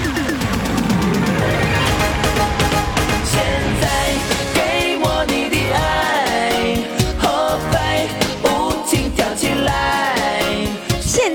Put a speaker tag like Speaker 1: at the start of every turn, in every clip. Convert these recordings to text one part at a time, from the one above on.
Speaker 1: 现在给我你的爱，后背不停跳起来。
Speaker 2: 现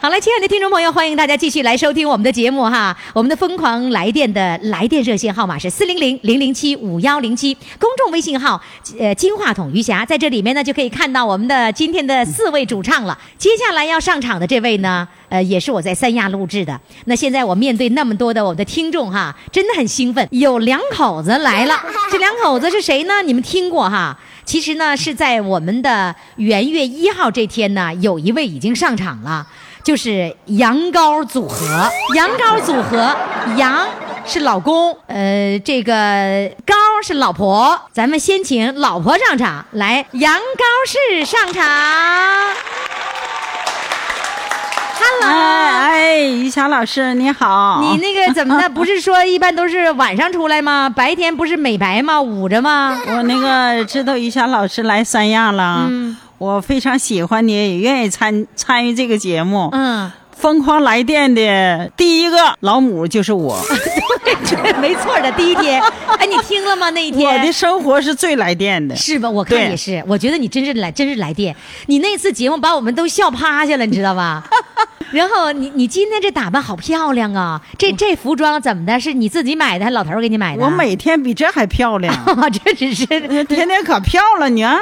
Speaker 2: 好了，亲爱的听众朋友，欢迎大家继续来收听我们的节目哈。我们的疯狂来电的来电热线号码是四零零零零七五幺零七，公众微信号呃金话筒余霞，在这里面呢就可以看到我们的今天的四位主唱了。接下来要上场的这位呢，呃，也是我在三亚录制的。那现在我面对那么多的我们的听众哈，真的很兴奋。有两口子来了，这两口子是谁呢？你们听过哈？其实呢，是在我们的元月一号这天呢，有一位已经上场了。就是羊羔组合，羊羔组合，羊是老公，呃，这个羔是老婆。咱们先请老婆上场，来，羊羔式上场。Hello，、
Speaker 3: 哎哎，于霞老师你好，
Speaker 2: 你那个怎么的？不是说一般都是晚上出来吗？白天不是美白吗？捂着吗？
Speaker 3: 我那个知道于霞老师来三亚了，
Speaker 2: 嗯
Speaker 3: 我非常喜欢你，也愿意参参与这个节目。
Speaker 2: 嗯，
Speaker 3: 疯狂来电的第一个老母就是我，
Speaker 2: 对， 没错的。第一天，哎，你听了吗？那一天
Speaker 3: 我的生活是最来电的。
Speaker 2: 是吧？我看
Speaker 3: 对
Speaker 2: 也是，我觉得你真是来，真是来电。你那次节目把我们都笑趴下了，你知道吧？ 然后你你今天这打扮好漂亮啊！这这服装怎么的？是你自己买的，还是老头儿给你买的？
Speaker 3: 嗯我每天比这还漂亮，
Speaker 2: 这只 是
Speaker 3: 天天可漂亮，你啊，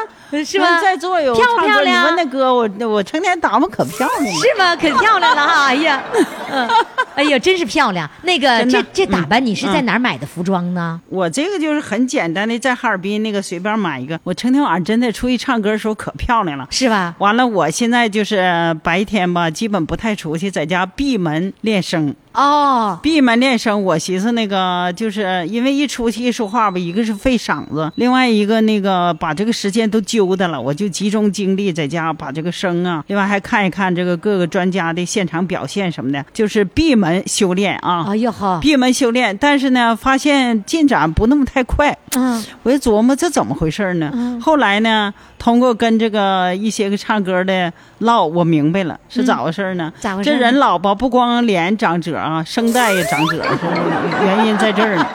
Speaker 2: 是吧？
Speaker 3: 在座有
Speaker 2: 漂不
Speaker 3: 唱歌
Speaker 2: 漂
Speaker 3: 你
Speaker 2: 亮
Speaker 3: 问？那歌，我我成天打扮可漂亮了。
Speaker 2: 是吗？可漂亮了 哈！哎呀， 嗯，哎呀，真是漂亮。那个
Speaker 3: 真
Speaker 2: 这
Speaker 3: 的嗯
Speaker 2: 这打扮你是在哪儿买的服装呢？
Speaker 3: 我这个就是很简单的，在哈尔滨那个随便买一个。我成天晚上真的出去唱歌的时候可漂亮了。
Speaker 2: 是吧？
Speaker 3: 完了，我现在就是白天吧，基本不太出去，在家闭门练声。
Speaker 2: 哦，
Speaker 3: 闭门练声，我寻思那个，就是因为一出去一说话吧，一个是费嗓子，另外一个那个把这个时间都揪的了，我就集中精力在家把这个声啊，另外还看一看这个各个专家的现场表现什么的，啊就是闭门修炼啊，
Speaker 2: 哎呦呵，
Speaker 3: 闭门修炼。但是呢，发现进展不那么太快，
Speaker 2: 嗯，
Speaker 3: 我就琢磨这怎么回事呢？后来呢，通过跟这个一些个唱歌的唠，我明白了是咋回事呢？
Speaker 2: 嗯咋回事
Speaker 3: 这人老吧，不光脸长褶啊，声带也长褶，是原因在这儿呢。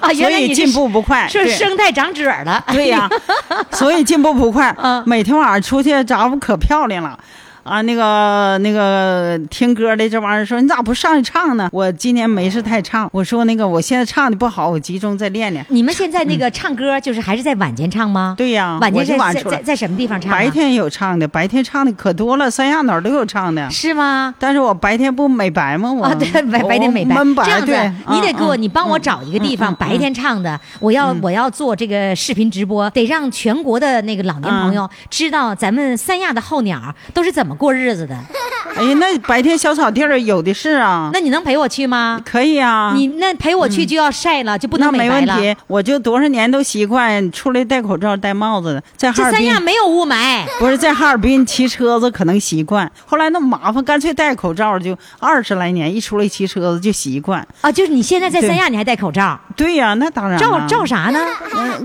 Speaker 2: 啊，原
Speaker 3: 所
Speaker 2: 来
Speaker 3: 以
Speaker 2: 你是
Speaker 3: 进步不快。
Speaker 2: 说
Speaker 3: 对
Speaker 2: 声带长褶儿了。
Speaker 3: 对呀、所以进步不快。
Speaker 2: 嗯
Speaker 3: 每天晚上出去咋不可漂亮了。啊，那个那个听歌的这玩意儿说你咋不上去唱呢？我今年没事太唱，我说那个我现在唱的不好，我集中再练练。
Speaker 2: 你们现在那个唱歌就是还是在晚间唱吗？
Speaker 3: 嗯对呀
Speaker 2: 晚间
Speaker 3: 我就
Speaker 2: 在
Speaker 3: 晚
Speaker 2: 在
Speaker 3: 出
Speaker 2: 在
Speaker 3: 来
Speaker 2: 在什么地方唱啊？
Speaker 3: 白天有唱的，白天唱的可多了，三亚哪儿都有唱的。
Speaker 2: 是吗？
Speaker 3: 但是我白天不美白吗？我
Speaker 2: 啊，对，白白天美白，
Speaker 3: 我嗯哦闷白
Speaker 2: 这样子啊
Speaker 3: 对，，
Speaker 2: 你得
Speaker 3: 嗯
Speaker 2: 给我，
Speaker 3: 嗯
Speaker 2: 你帮我找一个地方，白天唱的，我要我要做这个视频直播，得让全国的那个老年朋友知道咱们三亚的候鸟都是怎么过日 子的。
Speaker 3: 哎呀，那白天小草地儿有的是啊，
Speaker 2: 那你能陪我去吗？
Speaker 3: 可以啊，嗯
Speaker 2: 你那陪我去就要晒了，就不能
Speaker 3: 那没
Speaker 2: 美白
Speaker 3: 问
Speaker 2: 了。
Speaker 3: 题，我就多少年都习惯出来戴口罩、戴帽子的，在哈
Speaker 2: 这
Speaker 3: 尔
Speaker 2: 三
Speaker 3: 滨
Speaker 2: 亚没有雾霾，
Speaker 3: 不是在哈尔滨骑车子可能习惯，后来那么麻烦，干脆戴口罩就二十来年，一出来骑车子就习惯。
Speaker 2: 啊，就是你现在在三亚你还戴口罩，
Speaker 3: 对嗯呀、那当然
Speaker 2: 照
Speaker 3: 了嗯
Speaker 2: 照啥呢？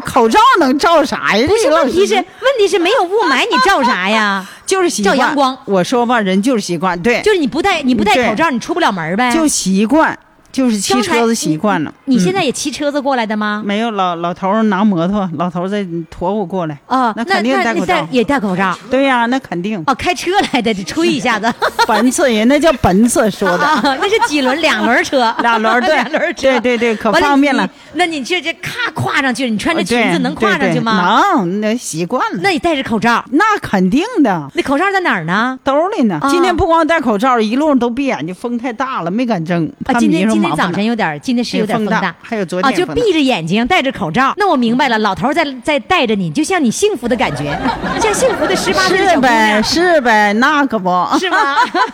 Speaker 3: 口罩能罩啥呀？
Speaker 2: 不是
Speaker 3: 这个
Speaker 2: 问 题是问题是没有雾霾，你照啥呀？
Speaker 3: 就是习惯
Speaker 2: 照阳光
Speaker 3: 我说吧，人就是习惯，对，
Speaker 2: 就是你不戴你不戴
Speaker 3: 对
Speaker 2: 口罩，你出不了门呗？
Speaker 3: 就习惯。就是骑
Speaker 2: 哎刚才
Speaker 3: 车子习惯了。
Speaker 2: 你现
Speaker 3: 嗯
Speaker 2: 在也骑车子过来的吗？
Speaker 3: 没有老老头儿拿摩托，老头儿再驮我过来。
Speaker 2: 哦，
Speaker 3: 那
Speaker 2: 那
Speaker 3: 肯定戴
Speaker 2: 你
Speaker 3: 口
Speaker 2: 戴
Speaker 3: 罩
Speaker 2: 也戴口罩。
Speaker 3: 对呀、那肯定
Speaker 2: 哦，开车来的，吹一下子。
Speaker 3: 本次人那叫本次说的。
Speaker 2: 啊， 那是几轮？两轮车，
Speaker 3: 两轮儿 对
Speaker 2: 两轮儿车，
Speaker 3: 对对对可
Speaker 2: 完
Speaker 3: 方便了
Speaker 2: 你那你这这咔跨上去，你穿着
Speaker 3: 呃
Speaker 2: 裙子
Speaker 3: 对
Speaker 2: 能跨
Speaker 3: 对
Speaker 2: 上去
Speaker 3: 对
Speaker 2: 吗？
Speaker 3: 能，那习惯了。
Speaker 2: 那你戴着口罩，
Speaker 3: 那肯定的，
Speaker 2: 那口罩在哪儿呢？
Speaker 3: 兜里呢。
Speaker 2: 啊
Speaker 3: 今天不光戴口罩，一路都闭眼睛，风太大了，没敢睁。
Speaker 2: 啊，
Speaker 3: 怕
Speaker 2: 今
Speaker 3: 迷
Speaker 2: 天
Speaker 3: 上
Speaker 2: 今天
Speaker 3: 麻
Speaker 2: 早
Speaker 3: 烦
Speaker 2: 晨
Speaker 3: 了
Speaker 2: 有点儿，今天是有点
Speaker 3: 风
Speaker 2: 大
Speaker 3: 大，还有昨
Speaker 2: 啊，
Speaker 3: 天
Speaker 2: 就
Speaker 3: 风大
Speaker 2: 闭着眼睛戴着口罩。那我明白了，老头儿在在带着你，就像你幸福的感觉，像幸福的十八岁的小
Speaker 3: 是
Speaker 2: 姑
Speaker 3: 呗
Speaker 2: 娘，
Speaker 3: 是呗，那可不。
Speaker 2: 是吗？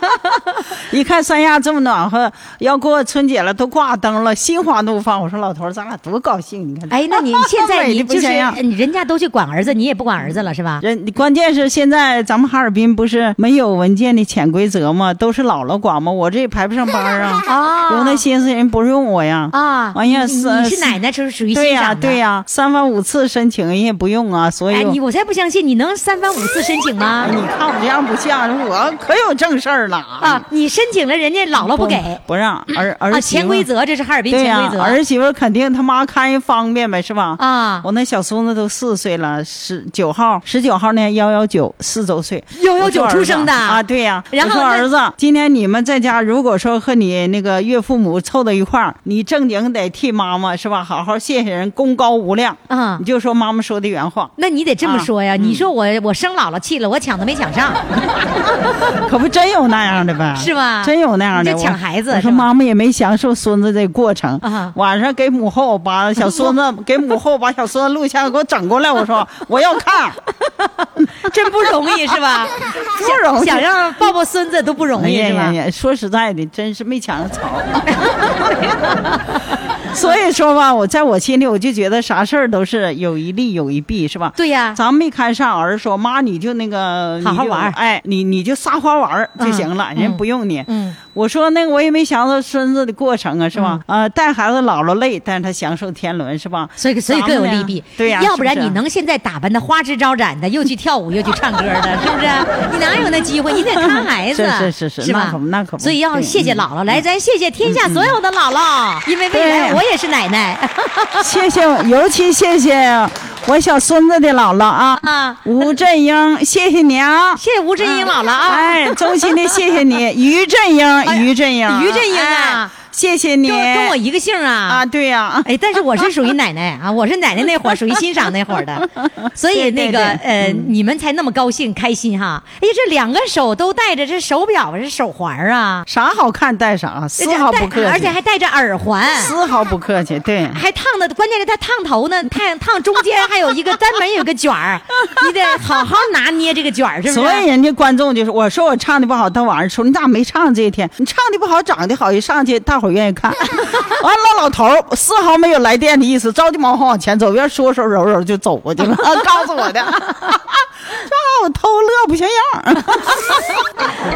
Speaker 3: 一看三亚这么暖和，要过春节了，都挂灯了，心花怒放。我说老头儿，咱俩多高兴！你看，
Speaker 2: 哎， 那你现在
Speaker 3: 美
Speaker 2: 你
Speaker 3: 得不
Speaker 2: 就是
Speaker 3: 像样
Speaker 2: 呃人家都去管儿子，你也不管儿子了是吧？，
Speaker 3: 人关键是现在咱们哈尔滨不是没有文件的潜规则吗？都是姥姥管吗？我这也排不上班儿啊
Speaker 2: 啊，
Speaker 3: 有那心思人不用我呀。
Speaker 2: 啊，
Speaker 3: 完呀
Speaker 2: 你你
Speaker 3: 是
Speaker 2: 你是奶奶，就是属于
Speaker 3: 对
Speaker 2: 欣
Speaker 3: 呀、
Speaker 2: 赏的
Speaker 3: 对、呀、三番五次申请人也不用啊，所以
Speaker 2: 哎，
Speaker 3: 我
Speaker 2: 你我才不相信，你能三番五次申请
Speaker 3: 哎
Speaker 2: 吗？
Speaker 3: 你看我这样不像，我可有正事儿了
Speaker 2: 啊，，你申请了，人家姥姥不给
Speaker 3: 不让儿哎儿
Speaker 2: 啊，
Speaker 3: 媳妇
Speaker 2: 潜规则，这是哈尔滨
Speaker 3: 对
Speaker 2: 潜
Speaker 3: 呀、
Speaker 2: 规则
Speaker 3: 儿媳妇肯定他妈看人方便呗，是吧？
Speaker 2: 啊，
Speaker 3: 我那小孙子都四岁了，十九号，十九号那天幺幺九四周岁，
Speaker 2: 119
Speaker 3: 我说儿子
Speaker 2: 出生的
Speaker 3: 啊，对呀、
Speaker 2: 然后
Speaker 3: 我说
Speaker 2: 那
Speaker 3: 儿子，今天你们在家，如果说和你那个岳父母凑到一块儿，你正经得替妈妈是吧？好好谢谢人，功高无量。
Speaker 2: 啊
Speaker 3: 你就说妈妈说的原话，
Speaker 2: 那你得这么说呀，
Speaker 3: 啊
Speaker 2: 你说我我生姥姥气了，我抢都没抢上，
Speaker 3: 可不真有那样的呗？
Speaker 2: 是吧
Speaker 3: 真有那样的，
Speaker 2: 你就抢孩子啊
Speaker 3: 我我
Speaker 2: 是
Speaker 3: 说
Speaker 2: 吧
Speaker 3: 妈妈也没享受孙子这过程
Speaker 2: 啊，
Speaker 3: 晚上给母后把小孙 子给母后把小孙子录像给我整过来，我说我要看。
Speaker 2: 真不容易是 吧？
Speaker 3: 不容易
Speaker 2: 想想让抱抱孙子都不容
Speaker 3: 哎
Speaker 2: 易
Speaker 3: 呀
Speaker 2: 是吧
Speaker 3: 呀？呀！说实在的，真是没抢 上草。所以说吧，我在我心里，我就觉得啥事儿都是有一利有一弊，是吧？
Speaker 2: 对呀，
Speaker 3: 咱没看上，儿子说妈，你就那个
Speaker 2: 好好
Speaker 3: 你就
Speaker 2: 玩儿
Speaker 3: 哎，你你就撒欢玩儿就行了，
Speaker 2: 嗯
Speaker 3: 人不用你。
Speaker 2: 嗯，
Speaker 3: 我说那个我也没享受孙子的过程啊，是吧？呃，带孩子姥姥累，但是他享受天伦，是吧？
Speaker 2: 嗯所以所以
Speaker 3: 咱
Speaker 2: 各
Speaker 3: 们
Speaker 2: 有
Speaker 3: 呢
Speaker 2: 利弊，
Speaker 3: 对呀、
Speaker 2: 要不然
Speaker 3: 是
Speaker 2: 你
Speaker 3: 是
Speaker 2: 能现在打扮的花枝招展的，又去跳舞又去唱歌的，是不是？你哪有那机会？你得看孩子，
Speaker 3: 是是是是
Speaker 2: 吧
Speaker 3: 那可不那可不
Speaker 2: 所以要
Speaker 3: 对
Speaker 2: 谢谢姥姥，来，咱谢谢天下所有的姥姥，因为未
Speaker 3: 对
Speaker 2: 来我也是奶 奶
Speaker 3: 谢谢我，尤其谢谢我小孙子的姥姥啊，
Speaker 2: 啊！
Speaker 3: 吴振英，谢谢你啊。
Speaker 2: 谢谢吴振英姥姥啊！
Speaker 3: 哎，衷心的谢 谢你，于振英，于振英，
Speaker 2: 于振英啊
Speaker 3: 哎，谢谢你，
Speaker 2: 跟我跟我一个姓啊
Speaker 3: 啊，！对呀、
Speaker 2: 哎，但是我是属于奶奶啊，我是奶奶那会儿属于欣赏那会儿的，所以
Speaker 3: 对对
Speaker 2: 那个
Speaker 3: 对嗯
Speaker 2: 呃，你们才那么高兴开心哈！哎呀，这两个手都戴着这手表啊，这手环儿啊，
Speaker 3: 啥好看戴啥，丝毫不客气，
Speaker 2: 而且还戴着耳环，
Speaker 3: 丝毫不客气，对。
Speaker 2: 还烫的，关键是他烫头呢，烫烫中间还有一个单门有个卷儿，你得好好拿捏这个卷儿，是不
Speaker 3: 所以
Speaker 2: 是？
Speaker 3: 人家观众就是我说我唱的不好，到晚上说你咋没唱这一天？你唱的不好，长得好，一上去大伙儿愿意 看。完了，老头儿丝毫没有来电的意思，着急忙慌往前走，一边说说揉揉就走过去 了，告诉我的，这我偷乐不像样 儿。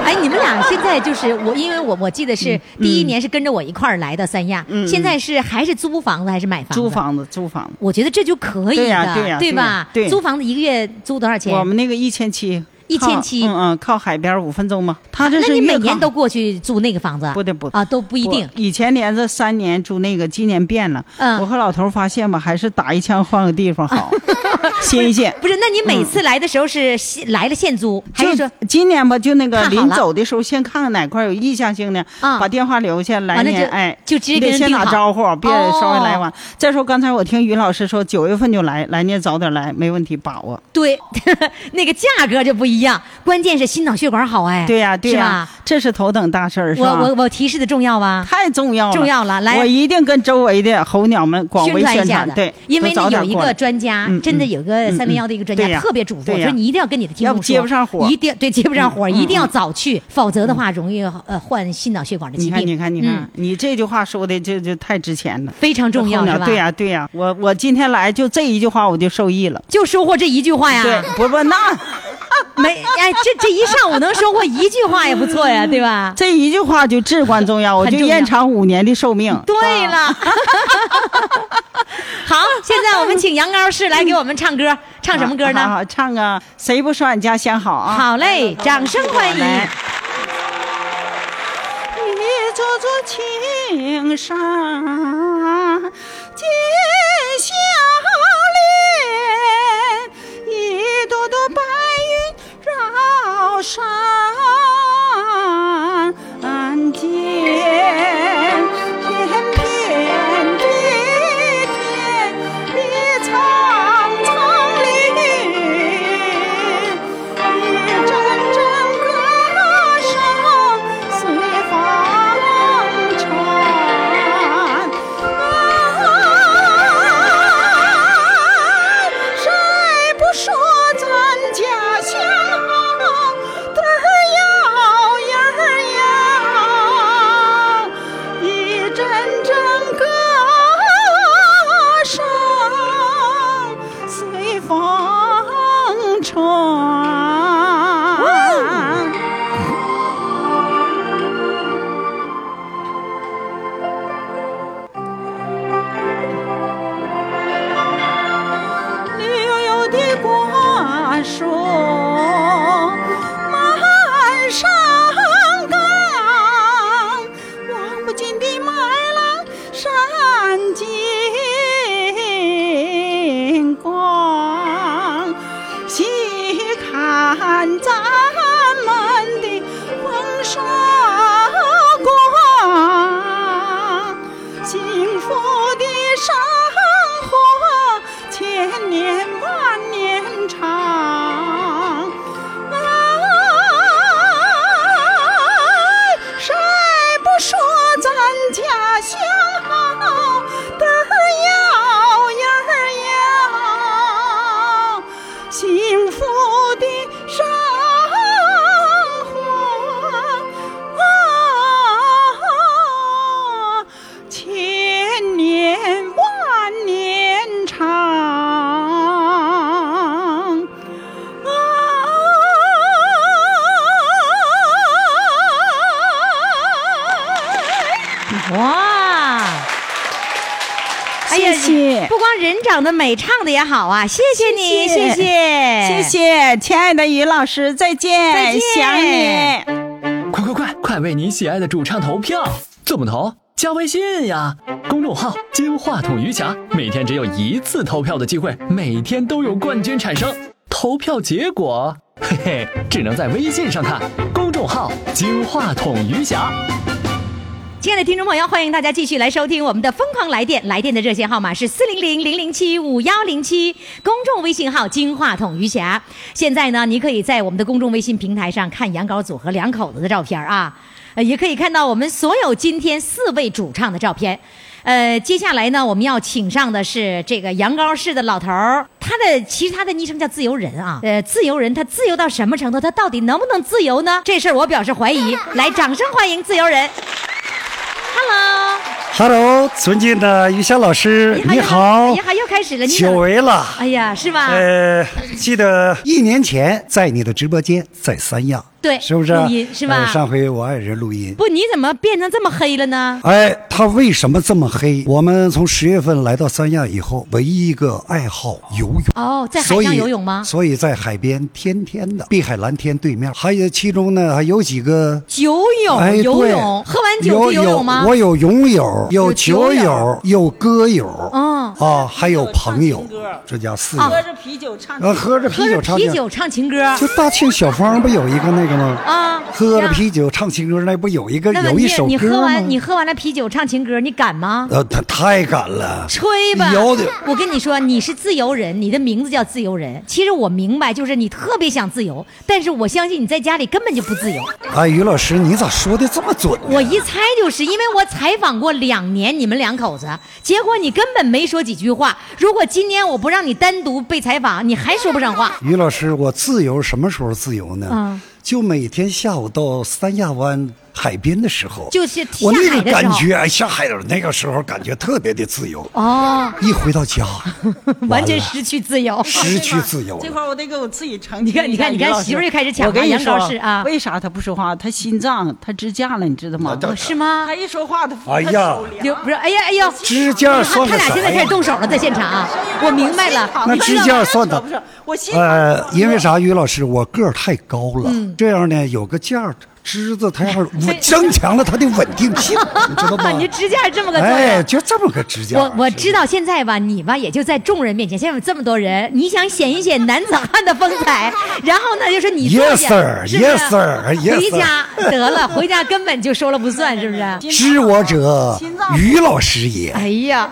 Speaker 2: 哎，你们俩现在就是我，因为我我记得是
Speaker 3: 嗯
Speaker 2: 第一年是跟着我一块儿来的三亚，现在是还是租房子还是买房子？
Speaker 3: 租。房子，租房子。
Speaker 2: 我觉得这就可以的，
Speaker 3: 对呀对呀对呀
Speaker 2: 吧？
Speaker 3: 对
Speaker 2: 租房子一个月租多少钱？
Speaker 3: 我们那个一千七，啊
Speaker 2: 1700
Speaker 3: 嗯嗯，靠海边五分钟嘛。他这
Speaker 2: 那
Speaker 3: 是
Speaker 2: 你每
Speaker 3: 越靠
Speaker 2: 年都过去租那个房子？
Speaker 3: 不得不
Speaker 2: 啊，都不一定
Speaker 3: 我。以前连着三年住那个，今年变了。
Speaker 2: 嗯
Speaker 3: 我和老头发现吧，还是打一枪换个地 方好，新鲜。
Speaker 2: 不是，那你每次来的时候是现来了现租，还是
Speaker 3: 嗯就
Speaker 2: 说
Speaker 3: 今年吧，就那个
Speaker 2: 看好
Speaker 3: 临
Speaker 2: 了
Speaker 3: 走的时候，先看看哪块有意向性的，
Speaker 2: 啊
Speaker 3: 把电话留下。来
Speaker 2: 完了
Speaker 3: 年
Speaker 2: 就
Speaker 3: 哎，
Speaker 2: 就直接
Speaker 3: 你
Speaker 2: 跟
Speaker 3: 得
Speaker 2: 人
Speaker 3: 先
Speaker 2: 定
Speaker 3: 打
Speaker 2: 好
Speaker 3: 招呼，别
Speaker 2: 哦
Speaker 3: 稍微来晚。再说刚才我听于老师说，九月份就来，来年早点来，没问题，把握。
Speaker 2: 对， 那个价格就不一样，关键是心脑血管好哎。
Speaker 3: 对呀，对
Speaker 2: 是
Speaker 3: 呀
Speaker 2: 吧？，
Speaker 3: 这是头等大事儿，是
Speaker 2: 我
Speaker 3: 吧？
Speaker 2: 我我提示的重要吧？
Speaker 3: 太重要了，
Speaker 2: 重要了来
Speaker 3: 我一定跟周围的候鸟们广为
Speaker 2: 传一
Speaker 3: 宣
Speaker 2: 下
Speaker 3: 传，
Speaker 2: 子，
Speaker 3: 对，
Speaker 2: 因为
Speaker 3: 都
Speaker 2: 呢
Speaker 3: 早
Speaker 2: 有
Speaker 3: 点
Speaker 2: 一
Speaker 3: 过
Speaker 2: 个
Speaker 3: 来
Speaker 2: 专家，
Speaker 3: 嗯嗯
Speaker 2: 真的有个
Speaker 3: 嗯
Speaker 2: 三零幺的一个专家、
Speaker 3: 对呀
Speaker 2: 特别嘱咐，
Speaker 3: 对呀
Speaker 2: 说你一定要跟你的听
Speaker 3: 要
Speaker 2: 众
Speaker 3: 不
Speaker 2: 说，
Speaker 3: 接不上火
Speaker 2: 一定对接不上火，
Speaker 3: 嗯嗯
Speaker 2: 一定要早去，否则的话容易呃患心脑血管的疾
Speaker 3: 你
Speaker 2: 病。
Speaker 3: 看，你看，你看，
Speaker 2: 嗯
Speaker 3: 你这句话说的就就太值钱了，
Speaker 2: 非常重要
Speaker 3: 候鸟
Speaker 2: 是吧？
Speaker 3: 对呀、对呀、我我今天来就这一句话我就受益了。
Speaker 2: 就收获这一句话哎呀，
Speaker 3: 对，不不，那
Speaker 2: 没哎，这这一上午能收获一句话也不错呀，对吧？
Speaker 3: 这一句话就至 关重要，我
Speaker 2: 很
Speaker 3: 就
Speaker 2: 重要
Speaker 3: 延长五年的寿命。
Speaker 2: 对了， 好，现在我们请羊羔师来给我们唱歌，唱什么歌
Speaker 3: 好
Speaker 2: 呢？
Speaker 3: 好唱啊，谁不说俺家乡好啊？
Speaker 2: 好嘞，掌声欢迎
Speaker 3: 来。你
Speaker 4: 做做青山，结笑脸，一朵朵白云绕山间，片片的天，一层层的云。一阵阵歌声随风传，啊，谁不说咱家乡嘚儿摇呀儿摇，一阵阵歌声随风传。绿油的果树满山岗，望不尽的麦浪闪金光。细看咱们的丰收光，幸福的生活千年万年长。哎，谁不说咱家乡啊
Speaker 3: 哎
Speaker 4: 嘚儿摇呀儿摇，幸福的生活啊，千年万年长。啊！
Speaker 2: 哇！哎呀
Speaker 4: 谢谢
Speaker 2: 不光人长得美，唱的也好啊！谢谢你，
Speaker 4: 谢
Speaker 2: 谢
Speaker 4: 谢
Speaker 2: 谢，。
Speaker 4: 谢谢，亲爱的于老师，再见，
Speaker 2: 哎再见
Speaker 4: 想你。
Speaker 5: 快快快，快为你喜爱的主唱投票！怎么投？加微信呀，公众号“金话筒余霞”，每天只有一次投票的机会，每天都有冠军产生。投票结果，嘿嘿，只能在微信上看。公众号“金话筒余霞”。
Speaker 2: 亲爱的听众朋友，欢迎大家继续来收听我们的《疯狂来电》，来电的热线号码是四零零零零七五幺零七，公众微信号“金话筒余霞”。现在呢，你可以在我们的公众微信平台上看杨高组合两口子的照片啊，呃，也可以看到我们所有今天四位主唱的照片。呃，接下来呢，我们要请上的是这个杨高市的老头儿，他的其实他的昵称叫自由人啊。呃，自由人他自由到什么程度？他到底能不能自由呢？这事儿我表示怀疑。来，掌声欢迎自由人。Hello，
Speaker 6: Hello，尊敬的于霞老师，你好
Speaker 2: 你，好，又开始了，你
Speaker 6: 久
Speaker 2: 好，
Speaker 6: 违了。
Speaker 2: 哎呀，是吧？
Speaker 6: 呃，记得一年前在你的直播间，在三亚，
Speaker 2: 对
Speaker 6: 是不是？
Speaker 2: 录音是吧
Speaker 6: 呃上回我爱人录音。
Speaker 2: 不，你怎么变成这么黑了呢？
Speaker 6: 哎，他为什么这么黑？我们从十月份来到三亚以后，唯一一个爱好游泳。
Speaker 2: 哦，在海
Speaker 6: 所以
Speaker 2: 上游泳吗？
Speaker 6: 所以在海边天天的碧海蓝天对面，还有其中呢还有几个
Speaker 2: 游泳，
Speaker 6: 哎，
Speaker 2: 哦游
Speaker 6: 对
Speaker 2: 泳，喝完酒就
Speaker 6: 有
Speaker 2: 游泳吗？
Speaker 6: 我有泳友，
Speaker 2: 有
Speaker 6: 有
Speaker 2: 酒
Speaker 6: 球
Speaker 2: 友
Speaker 6: 友，有歌友，
Speaker 2: 嗯
Speaker 6: 啊，还有朋友
Speaker 4: 唱情歌，
Speaker 6: 这叫四
Speaker 2: 啊
Speaker 6: 个。
Speaker 4: 着啤酒唱
Speaker 6: 呃，喝着
Speaker 2: 喝
Speaker 6: 啤
Speaker 2: 着
Speaker 6: 酒唱
Speaker 2: 啤
Speaker 6: 情，
Speaker 2: 酒唱情歌
Speaker 6: 就大庆小芳不有一个那个吗？
Speaker 2: 啊，
Speaker 6: 喝着
Speaker 2: 让
Speaker 6: 啤酒唱情歌，那不有一个
Speaker 2: 那么
Speaker 6: 有
Speaker 2: 你
Speaker 6: 一首
Speaker 2: 你喝
Speaker 6: 歌吗
Speaker 2: 完？你喝完了啤酒唱情歌，你敢吗？
Speaker 6: 呃，他太敢了，
Speaker 2: 吹吧！
Speaker 6: 有的
Speaker 2: 我跟你说，你是自由人，你的名字叫自由人。其实我明白，就是你特别想自由，但是我相信你在家里根本就不自由。
Speaker 6: 哎，于老师，你咋说的这么准呢？
Speaker 2: 我一猜就是因为我采访过两年你们两口子，结果你根本没说几句话。如果今年我不让你单独被采访，你还说不 上话。
Speaker 6: 于老师，我自由什么时候自由呢？
Speaker 2: 嗯
Speaker 6: 就每天下午到三亚湾海边的时候，
Speaker 2: 就是
Speaker 6: 我那
Speaker 2: 下海
Speaker 6: 个
Speaker 2: 的时候
Speaker 6: 感觉，哎，下海的时候那个时候感觉特别的自由。
Speaker 2: 哦，
Speaker 6: 一回 到家，
Speaker 2: 完全
Speaker 6: 了
Speaker 2: 失去自由。
Speaker 6: 失去自由
Speaker 4: 这
Speaker 6: 了。
Speaker 4: 块儿我得给我自己澄清
Speaker 2: 你看
Speaker 4: 一
Speaker 2: 你
Speaker 4: 下
Speaker 2: 看你看
Speaker 4: 于老师
Speaker 2: 媳妇儿就开始抢
Speaker 4: 我跟
Speaker 2: 了
Speaker 4: 你
Speaker 2: 杨老
Speaker 4: 说
Speaker 2: 师啊
Speaker 4: 为啥她不说话？她心脏她支架了，你知道吗？
Speaker 6: 这
Speaker 2: 哦是吗
Speaker 4: 她？一说话，她
Speaker 6: 啊哎呀
Speaker 2: 就不是，哎呀哎呦，
Speaker 6: 支架
Speaker 2: 他
Speaker 6: 算
Speaker 2: 他
Speaker 6: 个
Speaker 2: 俩
Speaker 6: 啥
Speaker 2: 现在开始
Speaker 6: 呀？哎
Speaker 2: 动手了，在现场啊，我明白了。
Speaker 6: 那
Speaker 4: 你
Speaker 6: 支
Speaker 4: 知道
Speaker 6: 架
Speaker 4: 吗
Speaker 6: 算的
Speaker 4: 不是我心
Speaker 2: 嗯
Speaker 6: 呃呃，因为啥？于老师，我个儿太高了，这样呢有个架儿栀子 它要稳增强了它的稳定性，你知道吗？
Speaker 2: 你指甲是这么个作用。
Speaker 6: 哎，就这么个指甲。
Speaker 2: 我我
Speaker 6: 是
Speaker 2: 知道现在吧，你吧也就在众人面前，现在有这么多人，你想显一显男子汉的风采，然后呢就说你坐
Speaker 6: Yes,
Speaker 2: 下
Speaker 6: sir.
Speaker 2: 是不啊是
Speaker 6: Yes, sir. Yes,
Speaker 2: 回家得了，回家根本就说了不算，是不是？
Speaker 6: 知我者，于老师也。
Speaker 2: 哎呀，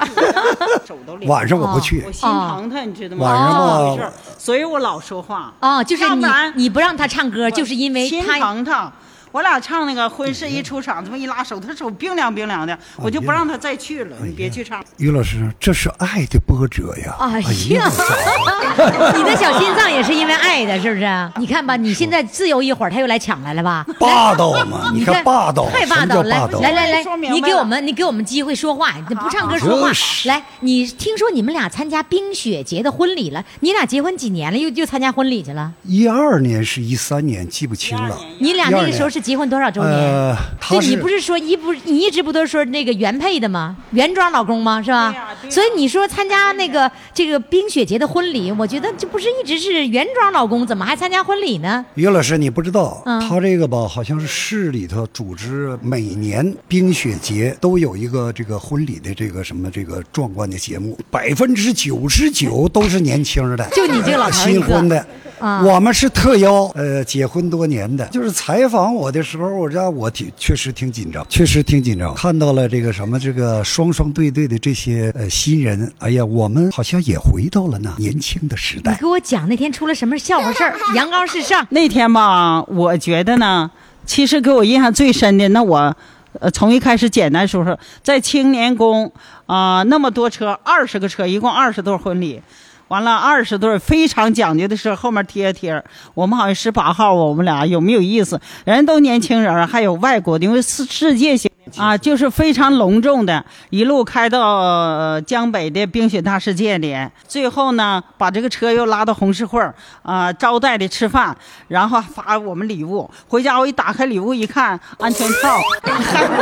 Speaker 3: 手都
Speaker 6: 晚上我
Speaker 2: 啊
Speaker 6: 不去
Speaker 3: 我，心疼他，你知道吗？
Speaker 6: 晚上吧
Speaker 3: 这么回事儿所以我老说话。
Speaker 2: 哦，就是
Speaker 3: 要不
Speaker 2: 你
Speaker 3: 然
Speaker 2: 你不让他唱歌，
Speaker 3: 我
Speaker 2: 就是因为
Speaker 3: 心
Speaker 2: 他
Speaker 3: 疼他。我俩唱那个婚事一出场，这么一拉手，他手冰凉冰凉
Speaker 6: 哎
Speaker 3: 的，我就不让他再去了。你别去唱，
Speaker 6: 于老师，这是爱的波折呀！
Speaker 2: 哎呀， 你的小心脏也是因为爱的，是不是？你看吧，你现在自由一会儿，他又来抢来了吧？
Speaker 6: 霸道嘛，你
Speaker 2: 你
Speaker 6: 看霸道，
Speaker 2: 太霸
Speaker 6: 什么叫
Speaker 2: 道了！
Speaker 6: 霸
Speaker 2: 来
Speaker 6: 道？啊
Speaker 2: 来来
Speaker 3: 说
Speaker 2: 来，
Speaker 3: 明白
Speaker 2: 你给
Speaker 3: 了
Speaker 2: 我们你给我们机会说话，你不唱歌说话
Speaker 6: 真。啊是
Speaker 2: 来，你听说你们俩参加冰雪节的婚礼了？你俩结婚几年了？又又参加婚礼去了？
Speaker 6: 一二年是一三年，记不清了。
Speaker 2: 你俩那个时候是结婚多少周年
Speaker 6: 呃？
Speaker 2: 对，
Speaker 6: 他
Speaker 2: 你
Speaker 6: 是
Speaker 2: 不是说一不你一直不都说那个原配的吗？原装老公吗？是吧
Speaker 3: 对呀对？呀
Speaker 2: 所以你说参加那个这个冰雪节的婚礼，我觉得这不是一直是原装老公，怎么还参加婚礼呢？
Speaker 6: 于老师，你不知道，
Speaker 2: 嗯
Speaker 6: 他这个吧，好像是市里头组织每年冰雪节都有一个这个婚礼的这个什么这个壮观的节目，百分之九十九都是年轻的，
Speaker 2: 就你这个老头儿一个
Speaker 6: 新婚的。
Speaker 2: 啊
Speaker 6: 我们是特邀，呃，结婚多年的，就是采访我的时候，我让我挺确实挺紧张，确实挺紧张。看到了这个什么这个双双对对的这些呃新人，哎呀，我们好像也回到了那年轻的时
Speaker 2: 你
Speaker 6: 代。
Speaker 2: 给我讲那天出了什么笑话 事儿？阳刚是上，
Speaker 3: 那天吧，我觉得呢，其实给我印象最深的，那我，呃，从一开始简单说说，在青年宫啊、那么多车，二十个车，一共二十对婚礼，完了二十对非常讲究的车，后面贴贴儿，我们好像十八号啊，我们俩有没有意思？人都年轻人儿，还有外国的，因为世世界性。啊，就是非常隆重的，一路开到、呃江北的冰雪大世界里，最后呢，把这个车又拉到红石会儿啊、招待的吃饭，然后发我们礼物。回家我一打开礼物一看，安全套，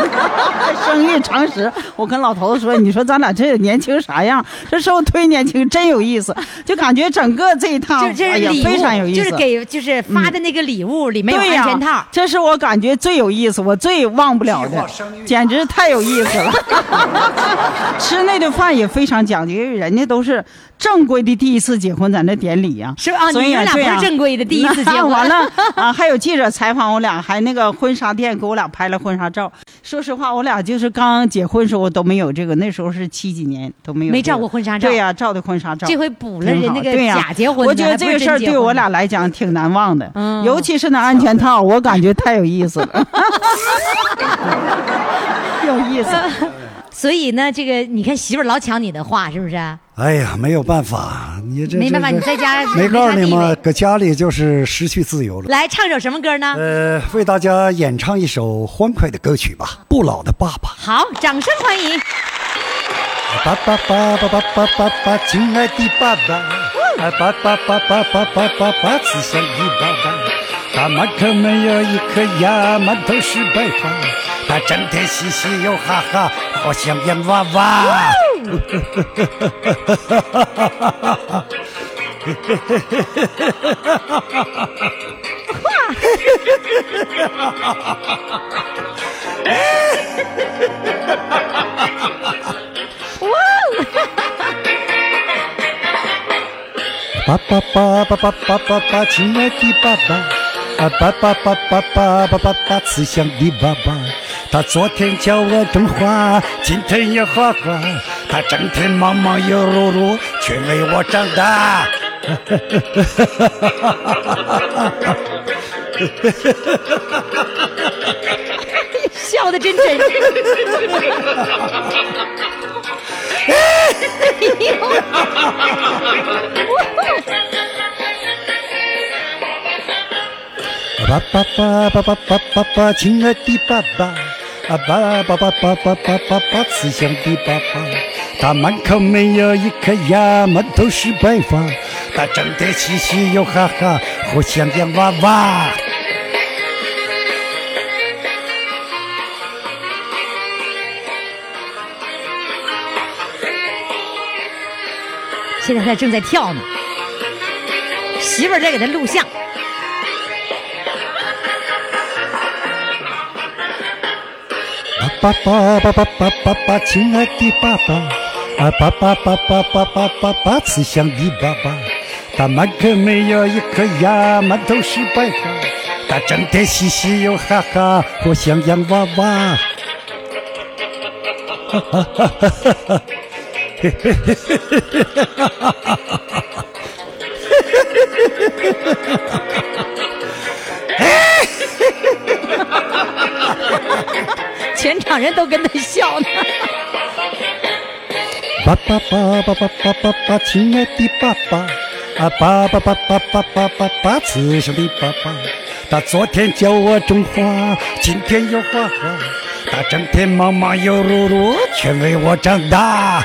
Speaker 3: 生育常识。我跟老头子说，你说咱俩这年轻啥样？这时候忒年轻，真有意思，就感觉整个这一趟，
Speaker 2: 就这
Speaker 3: 哎
Speaker 2: 是
Speaker 3: 呀
Speaker 2: 礼物，
Speaker 3: 非常有意思，嗯
Speaker 2: 就是给就是发的那个礼物里面有
Speaker 3: 对呀
Speaker 2: 安全套。
Speaker 3: 这是我感觉最有意思，我最忘不了的，简直太有意思了。吃那顿饭也非常讲究，因为人家都是正规的第一次结婚，咱这典礼呀、
Speaker 2: 是吧啊
Speaker 3: 所以
Speaker 2: 你们俩
Speaker 3: 对呀
Speaker 2: 不是正规的第一次结婚
Speaker 3: 完了啊，还有记者采访我俩，还那个婚纱店给我俩拍了婚纱照。说实话，我俩就是刚结婚时候都没有这个，那时候是七几年都没有、
Speaker 2: 没照过婚纱照
Speaker 3: 对呀、照的婚纱照。
Speaker 2: 这回补了人
Speaker 3: 挺好
Speaker 2: 那个
Speaker 3: 对呀
Speaker 2: 假结婚的
Speaker 3: 我觉得这个事
Speaker 2: 还
Speaker 3: 儿
Speaker 2: 不是真结婚
Speaker 3: 对我俩来讲挺难忘的，
Speaker 2: 嗯
Speaker 3: 尤其是那安全 套，我感觉太有意思了，有意思。
Speaker 2: 所以呢，这个你看媳妇儿老抢你的话，是不是？
Speaker 6: 哎呀，没有办法，你这
Speaker 2: 没
Speaker 6: 这
Speaker 2: 办法
Speaker 6: 这
Speaker 2: 你在家
Speaker 6: 没
Speaker 2: 没
Speaker 6: 告诉
Speaker 2: 啥
Speaker 6: 你
Speaker 2: 地
Speaker 6: 吗
Speaker 2: 位？
Speaker 6: 搁家里就是失去自由了。
Speaker 2: 来唱首什么歌呢？
Speaker 6: 呃，为大家演唱一首欢快的歌曲吧，《不老的爸爸
Speaker 2: 好，掌声欢迎！》。
Speaker 6: 爸爸爸爸爸爸爸爸，亲爱的爸爸，啊爸爸爸爸爸爸爸爸，慈祥的爸爸。他满口没有一颗牙，满头是白发，他整天嘻嘻又哈哈，好像洋娃娃。爸爸爸爸爸爸爸爸，亲爱的爸爸，啊爸爸爸爸爸爸爸爸，慈祥的爸爸。他昨天教我种花，今天也画画，他整天忙忙又碌碌，却为我长大。
Speaker 2: 笑的真真实。
Speaker 6: 爸爸爸爸爸爸爸爸，亲爱的爸爸，啊爸爸爸爸爸爸爸爸，慈祥的爸爸，他满口没有一颗牙，满头是白发，他整天嘻嘻又哈哈，好像洋娃娃。
Speaker 2: 现在他正在跳呢，媳妇儿在给他录像。
Speaker 7: 爸爸爸爸爸爸爸，亲爱的爸爸，啊爸爸爸爸爸爸爸爸，慈祥的爸爸，他们可没有一颗牙，满头是白发，他整天嘻嘻又哈哈，活像洋娃娃。哈哈哈哈哈哈！
Speaker 2: 全场人都跟他笑呢。
Speaker 7: 爸爸爸爸爸爸爸爸，亲爱的爸爸，啊爸爸爸爸爸爸爸爸，慈祥的爸爸，他昨天教我种花，今天又画画，他整天忙忙又碌碌，全为我长大。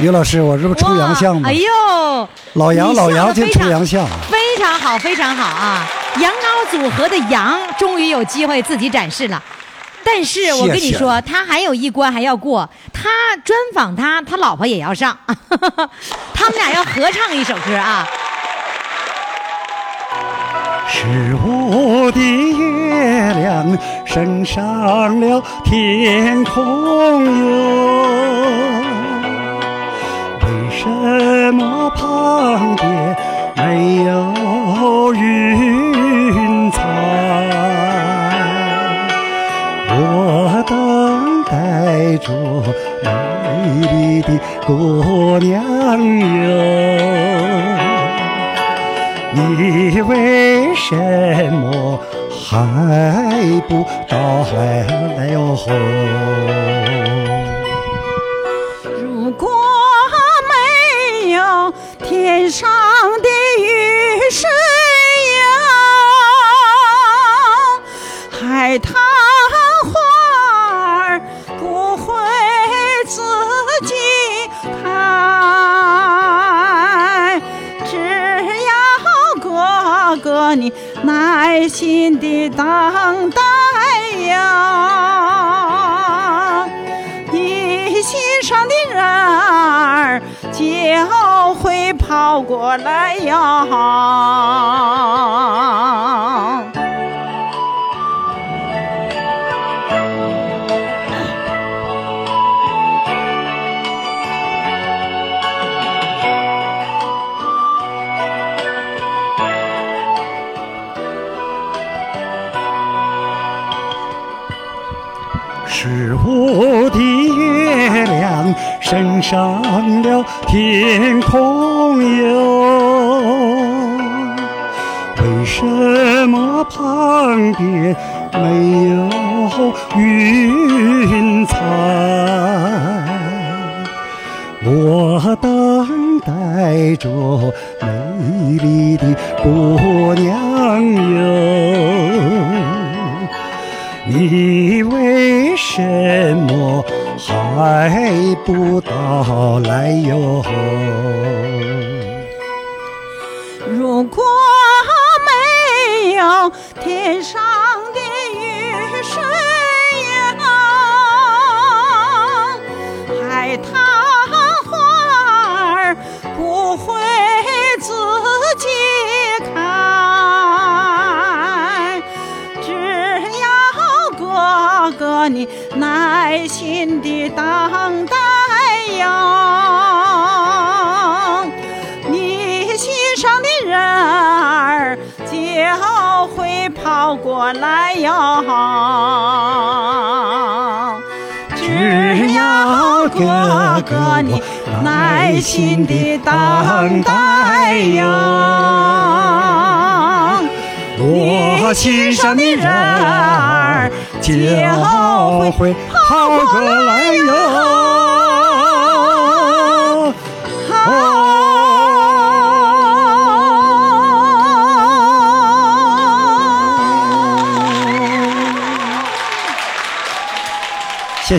Speaker 7: 于老师，我这不 出洋相吗
Speaker 2: 哎？呦，
Speaker 7: 老杨
Speaker 2: 你
Speaker 7: 老
Speaker 2: 笑
Speaker 7: 杨
Speaker 2: 得
Speaker 7: 就
Speaker 2: 非
Speaker 7: 出
Speaker 2: 常
Speaker 7: 洋相
Speaker 2: 非常好，非常好啊！羊羔组合的羊终于有机会自己展示了。但是我跟你
Speaker 7: 谢谢
Speaker 2: 说，他还有一关还要过。他专访他，他老婆也要上， 他们俩要合唱一首歌啊！
Speaker 7: 是我的月亮升上了天空哟，为什么旁边没有云彩？我等待着美丽的姑娘哟。你为什么还不到来哟？
Speaker 4: 如果没有天上的雨水呀，海棠花儿不会自己开。只要哥哥你耐心的等待呀。你心上的人儿就会跑过来呀。
Speaker 7: 是我的月亮升上了天空哟，为什么旁边没有云彩？我等待着美丽的姑娘哟。你为什么还不到来哟？
Speaker 4: 如果没有天上的雨水呀，海棠花儿不会自己开。只要哥哥你耐心的等待呀，你心上的人儿就会跑过来呀。只要哥哥你耐心的等待呀。
Speaker 7: 我心上的人儿就会跑过来哟。谢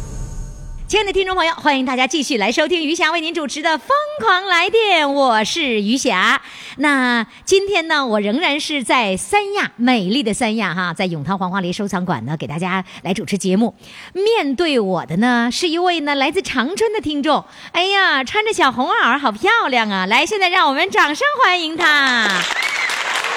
Speaker 2: 亲爱的听众朋友，欢迎大家继续来收听余霞为您主持的《疯狂来电》，我是余霞。那今天呢，我仍然是在三亚，美丽的三亚哈，在永康黄花梨收藏馆呢，给大家来主持节目。面对我的呢，是一位呢来自长春的听众。哎呀，穿着小红袄，好漂亮啊！来，现在让我们掌声欢迎她。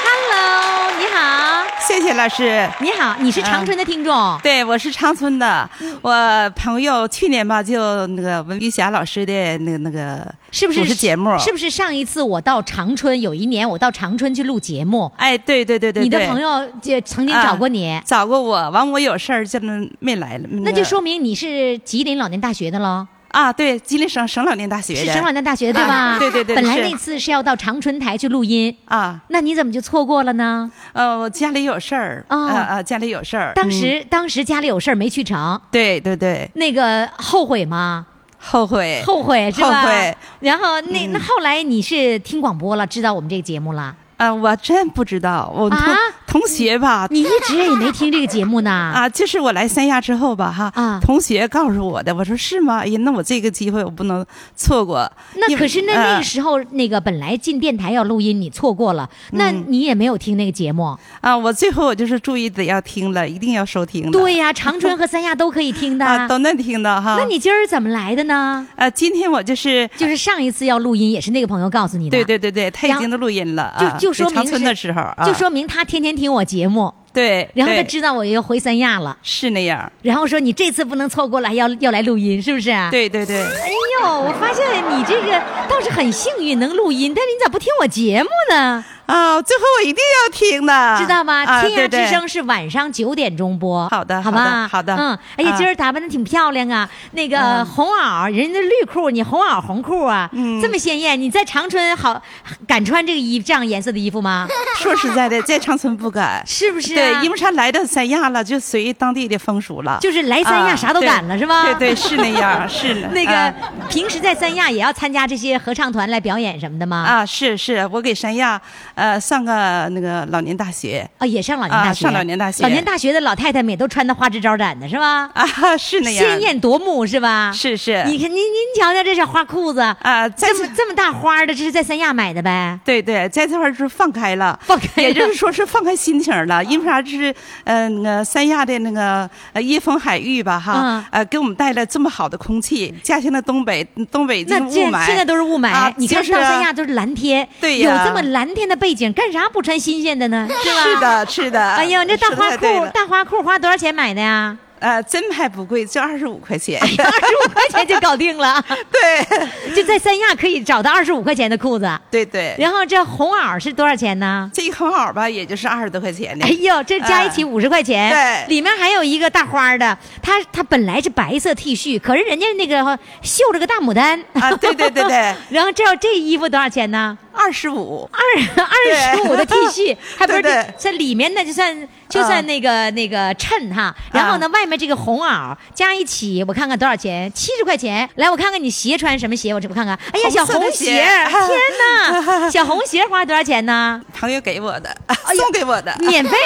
Speaker 2: Hello，你好，
Speaker 8: 谢谢老师。
Speaker 2: 你好，你是长春的听众。
Speaker 8: 对，我是长春的，我朋友去年吧就那个文玉霞老师的那个那个
Speaker 2: 是不是
Speaker 8: 主持节目？
Speaker 2: 是不是上一次我到长春，有一年我到长春去录节目，
Speaker 8: 哎，对对对对，
Speaker 2: 你的
Speaker 8: 对
Speaker 2: 朋友就曾经找过你，
Speaker 8: 啊找过我，完我有事儿就没来了。
Speaker 2: 那
Speaker 8: 那
Speaker 2: 就说明你是吉林老年大学的喽，
Speaker 8: 啊，对，吉林省省老年大学
Speaker 2: 是
Speaker 8: 的
Speaker 2: 省老年大学的对吧、
Speaker 8: 啊对对对
Speaker 2: 本来
Speaker 8: 是
Speaker 2: 那次是要到长春台去录音，
Speaker 8: 啊，
Speaker 2: 那你怎么就错过了呢？
Speaker 8: 呃，我家里有事儿，
Speaker 2: 哦
Speaker 8: 啊啊，家里有事儿，嗯
Speaker 2: 当时、当时家里有事儿没去成，
Speaker 8: 对对对，
Speaker 2: 那个后悔吗？
Speaker 8: 后悔，
Speaker 2: 后 悔是吧？
Speaker 8: 后悔。嗯
Speaker 2: 然后那、那后来你是听广播了，知道我们这个节目了，
Speaker 8: 啊，我真不知道，我同
Speaker 2: 啊
Speaker 8: 同学吧，
Speaker 2: 你一直也没听这个节目呢？ 啊
Speaker 8: 啊，就是我来三亚之后吧，哈，
Speaker 2: 啊
Speaker 8: 同学告诉我的，我说是吗？哎呀，那我这个机会我不能错过。
Speaker 2: 那
Speaker 8: 因为
Speaker 2: 可是那
Speaker 8: 呃
Speaker 2: 那个时候，那个本来进电台要录音，你错过了，那你也没有听那个节目。
Speaker 8: 啊，我最后我就是注意得要听了，一定要收听了。
Speaker 2: 对呀，长春和三亚嗯都可以听的。
Speaker 8: 啊，都能听到哈。
Speaker 2: 那你今儿怎么来的呢？
Speaker 8: 啊，今天我就是
Speaker 2: 就是上一次要录音，也是那个朋友告诉你的。
Speaker 8: 对对对对，他已
Speaker 2: 然
Speaker 8: 经都录音了，
Speaker 2: 就
Speaker 8: 啊
Speaker 2: 就说
Speaker 8: 在长
Speaker 2: 明
Speaker 8: 春
Speaker 2: 是
Speaker 8: 的时候，啊、
Speaker 2: 就说明他天天听我节目，
Speaker 8: 对，
Speaker 2: 然后他
Speaker 8: 对
Speaker 2: 知道啊我又回三亚了，
Speaker 8: 是那样，
Speaker 2: 然后说你这次不能错过了，还要要来录音，是不是？。
Speaker 8: 对对对，
Speaker 2: 哎呦，我发现你这个倒是很幸运能录音，但是你咋不听我节目呢？
Speaker 8: 啊，最后我一定要听的，
Speaker 2: 知道吗？
Speaker 8: 啊，
Speaker 2: 天
Speaker 8: 对
Speaker 2: 涯之
Speaker 8: 对
Speaker 2: 声是晚上九点钟播。
Speaker 8: 好的
Speaker 2: 好
Speaker 8: 好的
Speaker 2: 吧，
Speaker 8: 好的
Speaker 2: 嗯，哎呀，
Speaker 8: 啊嗯
Speaker 2: 今儿打扮的挺漂亮啊，那个红袄，人家绿裤，你红袄红裤啊，这么鲜艳，你在长春好敢穿这个衣这样颜色的衣服吗？
Speaker 8: 说实在的，在长春不敢。
Speaker 2: 是不是啊？
Speaker 8: 对，因为啥来到三亚了，就随当地的风俗了。
Speaker 2: 就是 来三亚
Speaker 8: 啊
Speaker 2: 啥都敢了，
Speaker 8: 对
Speaker 2: 是吧？
Speaker 8: 对对，是那样，是的
Speaker 2: 那个
Speaker 8: 啊
Speaker 2: 平时在三亚也要参加这些合唱团来表演什么的吗？
Speaker 8: 啊，是是，我给三亚呃上个那个老年大学
Speaker 2: 啊，也上老年大学，
Speaker 8: 啊上老年大学
Speaker 2: 老年大学的老太太们也都穿的花枝招展的，是吧？
Speaker 8: 啊， 是那样，
Speaker 2: 鲜艳夺目，是吧？
Speaker 8: 是是
Speaker 2: 你看您您瞧瞧这小花裤子
Speaker 8: 啊，在
Speaker 2: 这么这么大花儿的，这是在三亚买的呗？
Speaker 8: 对对，在这块儿就是放开了，
Speaker 2: 放开
Speaker 8: 也就
Speaker 2: 了
Speaker 8: 是说是放开心情儿了。因为啥？就是呃，那个三亚的那个呃椰风海域吧，哈，
Speaker 2: 嗯
Speaker 8: 呃，给我们带来这么好的空气。家乡的东北，东北
Speaker 2: 那
Speaker 8: 个雾
Speaker 2: 这
Speaker 8: 霾，
Speaker 2: 现在都是雾霾，
Speaker 8: 啊
Speaker 2: 你看
Speaker 8: 就是
Speaker 2: 到
Speaker 8: 啊
Speaker 2: 三亚都是蓝天，
Speaker 8: 对呀
Speaker 2: 有这么蓝天的背景，干啥不穿新鲜的呢？是吧？
Speaker 8: 是。的，啊是的。
Speaker 2: 哎呦，这大
Speaker 8: 说得
Speaker 2: 花
Speaker 8: 太对
Speaker 2: 裤
Speaker 8: 了
Speaker 2: 大花裤花多少钱买的 呀？
Speaker 8: 呃，真还不贵，就二十五块钱。
Speaker 2: 二十五块钱就搞定了，
Speaker 8: 对，
Speaker 2: 就在三亚可以找到二十五块钱的裤子。
Speaker 8: 对对。
Speaker 2: 然后这红袄是多少钱呢？
Speaker 8: 这一口袄吧，也就是二十多块钱的。
Speaker 2: 哎呦，这加一起
Speaker 8: 啊
Speaker 2: 五十块钱、
Speaker 8: 对
Speaker 2: 里面还有一个大花儿的，它它本来是白色 T 恤，可是人家那个绣着个大牡丹
Speaker 8: 啊对对对对，
Speaker 2: 然后这这衣服多少钱呢？
Speaker 8: 二十五。
Speaker 2: 二二十五的 T 恤，还不是
Speaker 8: 对对嗯
Speaker 2: 这里面的就算就算那个、那个衬哈，然后呢、外面这个红袄加一起，我看看多少钱？七十块钱。来，我看看你鞋穿什么鞋，我这不看看。哎呀，
Speaker 8: 红色
Speaker 2: 小
Speaker 8: 的
Speaker 2: 红
Speaker 8: 鞋
Speaker 2: 鞋，天 哪，小红鞋花多少钱呢？
Speaker 8: 朋友给我的，送给我的。
Speaker 2: 免费。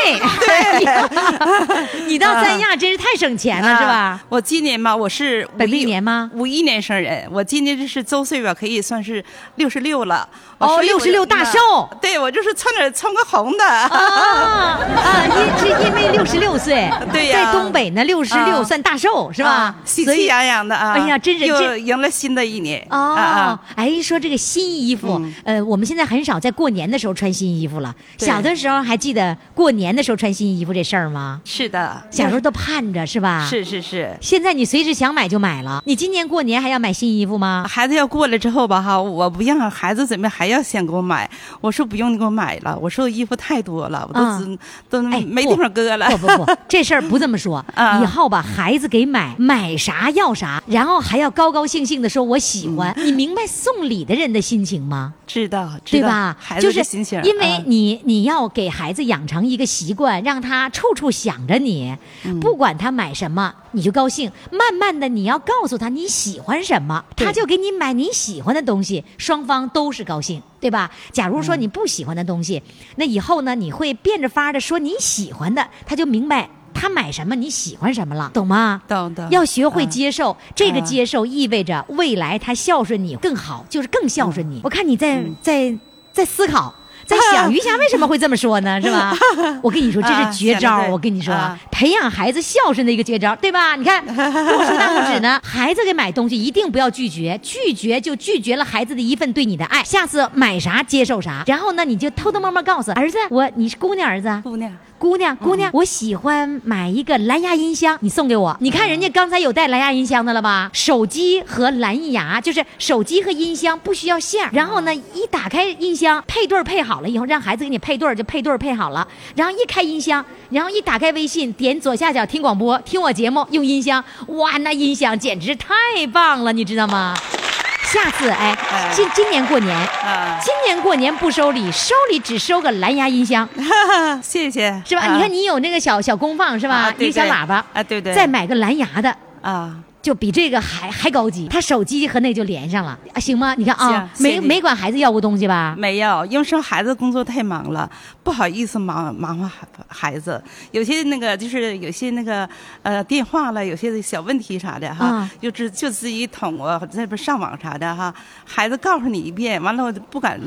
Speaker 2: 对， 你到三亚真是太省钱了，
Speaker 8: 啊
Speaker 2: 是吧？？
Speaker 8: 我今年嘛，我是
Speaker 2: 本
Speaker 8: 51
Speaker 2: 命年吗
Speaker 8: 五一年生人，我今年这是周岁吧，可以算是六十六了。
Speaker 2: 哦
Speaker 8: 所以我
Speaker 2: 66大寿
Speaker 8: 嗯对，我就是穿点穿个红的。
Speaker 2: 啊啊！因是因为六十六岁，
Speaker 8: 对呀
Speaker 2: 在东北呢，六十六
Speaker 8: 啊
Speaker 2: 算大寿，是吧
Speaker 8: 啊？喜
Speaker 2: 所
Speaker 8: 气
Speaker 2: 以。
Speaker 8: 洋洋的啊！
Speaker 2: 哎呀真是这
Speaker 8: 又迎了新的一年
Speaker 2: 哦，
Speaker 8: 啊啊！嗯
Speaker 2: 哎，说这个新衣服，呃，我们现在很少在过年的时候穿新衣服了。
Speaker 8: 对
Speaker 2: 小的时候还记得过年的时候穿新衣服这事儿吗？
Speaker 8: 是的，
Speaker 2: 小时候都盼着是吧？。
Speaker 8: 是是是。
Speaker 2: 现在你随时想买就买了。你今年过年还要买新衣服吗？
Speaker 8: 啊孩子要过来之后吧，哈，我不让孩子准备，还要先给我买。我说不用你给我买了，我说我衣服太多了，我都
Speaker 2: 啊
Speaker 8: 只都
Speaker 2: 哎
Speaker 8: 没没地方搁了
Speaker 2: 不。不不，这事儿不这么说。
Speaker 8: 啊
Speaker 2: 以后吧，孩子给买买啥要啥，然后还要高高兴兴的说我喜欢。你明白送礼的人的心情吗？
Speaker 8: 知道，知
Speaker 2: 对
Speaker 8: 道
Speaker 2: 吧？
Speaker 8: 孩
Speaker 2: 就
Speaker 8: 子
Speaker 2: 是
Speaker 8: 的心情，
Speaker 2: 因为
Speaker 8: 嗯
Speaker 2: 你你要给孩子养成一个习惯，让他处处想着你，
Speaker 8: 嗯
Speaker 2: 不管他买什么，你就高兴。慢慢的，你要告诉他你喜欢什么，他就给你买你喜欢的东西，双方都是高兴，对吧？假如说
Speaker 8: 嗯
Speaker 2: 你不喜欢的东西，那以后呢，你会变着法的说你喜欢的，他就明白。他买什么，你喜欢什么了，懂吗？
Speaker 8: 懂懂
Speaker 2: 要学会
Speaker 8: 嗯
Speaker 2: 接受，这个
Speaker 8: 嗯
Speaker 2: 接受意味着未来他孝顺你更好，就是更孝顺
Speaker 8: 嗯
Speaker 2: 你。我看你在在在思考。在 想余霞为什么会这么说呢？是吧？我跟你说，这是
Speaker 8: 啊
Speaker 2: 绝招
Speaker 8: 想得
Speaker 2: 儿。
Speaker 8: 对
Speaker 2: 我跟你说
Speaker 8: 啊，
Speaker 2: 培养孩子孝顺的一个绝招儿，对吧？你 看，我竖大拇指呢。孩子给买东西一定不要拒绝，拒绝就拒绝了孩子的一份对你的爱。下次买啥接受啥，然后呢，你就偷偷摸摸告诉儿子，我你是姑娘儿子啊，
Speaker 8: 姑娘，
Speaker 2: 姑娘，姑娘，我喜欢买一个蓝牙音箱，你送给我。你看人家刚才有带蓝牙音箱的了吧？手机和蓝牙就是手机和音箱不需要线儿，然后呢，一打开音箱配对儿配好了以后，让孩子给你配对儿就配对儿配好了，然后一开音箱，然后一打开微信，点左下角听广播，听我节目，用音箱，哇，那音响简直太棒了，你知道吗？下次哎，今今年过年，
Speaker 8: 啊
Speaker 2: 今年过年不收礼，收礼只收个蓝牙音箱。
Speaker 8: 谢谢，
Speaker 2: 是吧？
Speaker 8: 啊
Speaker 2: 你看你有那个小小功放是吧？
Speaker 8: 啊对
Speaker 2: 一个小
Speaker 8: 对
Speaker 2: 喇叭
Speaker 8: 啊对对
Speaker 2: 再买个蓝牙的。
Speaker 8: 啊，
Speaker 2: 就比这个还还高级，他手机和那就连上了啊，行吗？你看啊，
Speaker 8: 行谢嗯
Speaker 2: 没
Speaker 8: 谢
Speaker 2: 没管孩子要过东西吧？
Speaker 8: 没有，因为生孩子工作太忙了，不好意思忙忙活孩孩子。有些那个就是有些那个呃电话了，有些小问题啥的哈，
Speaker 2: 啊
Speaker 8: 就自就自己捅啊，这不上网啥的哈，孩子告诉你一遍，完了我就不敢，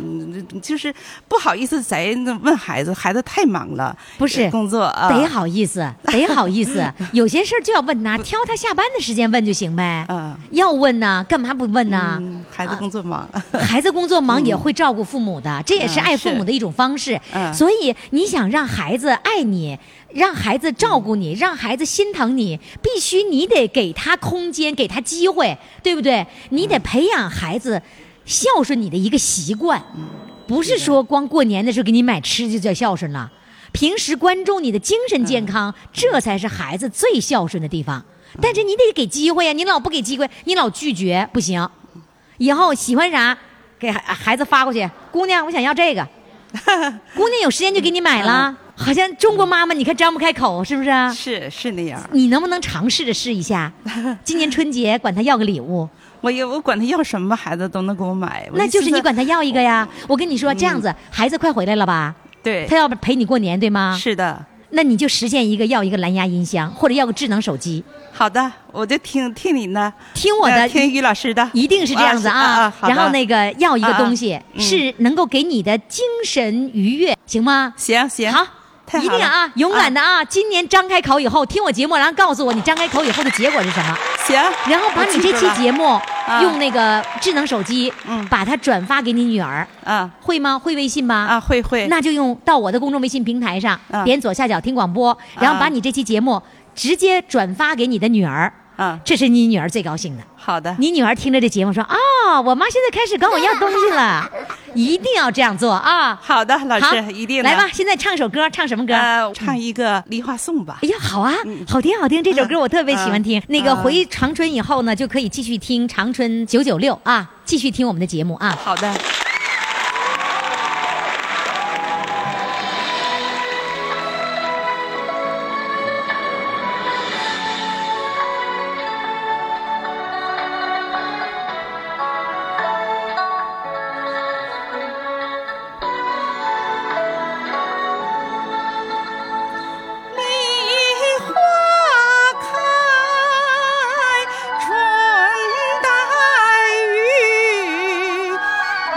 Speaker 8: 就是不好意思再那问孩子，孩子太忙了，
Speaker 2: 不是
Speaker 8: 工作啊，
Speaker 2: 得好意思，得好意 思，有些事儿就要问呐，挑他下班的时间问就行呗。
Speaker 8: 啊
Speaker 2: 要问呐，干嘛不问呐？
Speaker 8: 嗯，孩子
Speaker 2: 啊
Speaker 8: 工作忙，
Speaker 2: 孩子工作忙也会照顾父母的，这也是
Speaker 8: 嗯
Speaker 2: 爱父母
Speaker 8: 是
Speaker 2: 的一种方式。
Speaker 8: 嗯
Speaker 2: 所以你想让孩子爱你，让孩子照顾
Speaker 8: 嗯
Speaker 2: 你，让孩子心疼你，必须你得给他空间，给他机会，对不对？你得培养孩子孝顺你的一个习惯，
Speaker 8: 嗯
Speaker 2: 不是说光过年的时候给你买吃就叫孝顺了。平时关注你的精神健康，
Speaker 8: 嗯
Speaker 2: 这才是孩子最孝顺的地方。但是你得给机会呀、你老不给机会，你老拒绝不行。以后喜欢啥，给孩孩子发过去。姑娘，我想要 这个。姑娘有时间就给你买
Speaker 8: 嗯
Speaker 2: 了。好像中国妈妈，你看张不开口，是不是啊？
Speaker 8: 是是那样。
Speaker 2: 你能不能尝试着试一 下？今年春节管他要个礼物，
Speaker 8: 我也我管他要什么，孩子都能给我买。我哦
Speaker 2: 那就是
Speaker 8: 现在
Speaker 2: 你管他要一个呀。我跟你说，这样
Speaker 8: 嗯
Speaker 2: 子，孩子快回来了吧？
Speaker 8: 对
Speaker 2: 他，要陪你过年，对吗？
Speaker 8: 哎是的。
Speaker 2: 那你就实现一个要一个蓝牙音箱，或者要个智能手机。
Speaker 8: 好的，我就听听你的，
Speaker 2: 听我的
Speaker 8: 呃听于老师的，
Speaker 2: 一定是这样子
Speaker 8: 啊
Speaker 2: 啊
Speaker 8: 啊。好的
Speaker 2: 然后那个要一个
Speaker 8: 啊啊
Speaker 2: 东西
Speaker 8: 嗯
Speaker 2: 是能够给你的精神愉悦，行吗？
Speaker 8: 行行
Speaker 2: 好。
Speaker 8: 太
Speaker 2: 一
Speaker 8: 好
Speaker 2: 定
Speaker 8: 了
Speaker 2: 啊，勇敢的啊！今年张开口以后，听我节目，然后告诉我你张开口以后的结果是什么，
Speaker 8: 行，
Speaker 2: 然后把
Speaker 8: 我
Speaker 2: 你这
Speaker 8: 记住
Speaker 2: 期
Speaker 8: 了
Speaker 2: 节目用那个智能手机，
Speaker 8: 嗯
Speaker 2: 把它转发给你女儿，
Speaker 8: 啊
Speaker 2: 会吗？会微信吗？
Speaker 8: 啊会会
Speaker 2: 那就用到我的公众微信平台上，
Speaker 8: 啊
Speaker 2: 点左下角听广播，然后把你这期节目直接转发给你的女儿，
Speaker 8: 啊
Speaker 2: 这是你女儿最高兴的。
Speaker 8: 好的，
Speaker 2: 你女儿听着这节目说：“哦，我妈现在开始管我要东西 了，一定要这样做啊！”
Speaker 8: 好的，老
Speaker 2: 好，
Speaker 8: 师一定的
Speaker 2: 来吧，，现在唱首歌，唱什么歌？
Speaker 8: 呃，唱一个《梨花颂》吧
Speaker 2: 哎。呀，好啊，
Speaker 9: 嗯
Speaker 2: 好听好听，这首歌我特别喜欢听。那个
Speaker 8: 啊
Speaker 2: 回长春以后呢，就可以继续听长春九九六啊，继续听我们的节目啊。
Speaker 8: 好的，
Speaker 1: 梨花开，春带雨，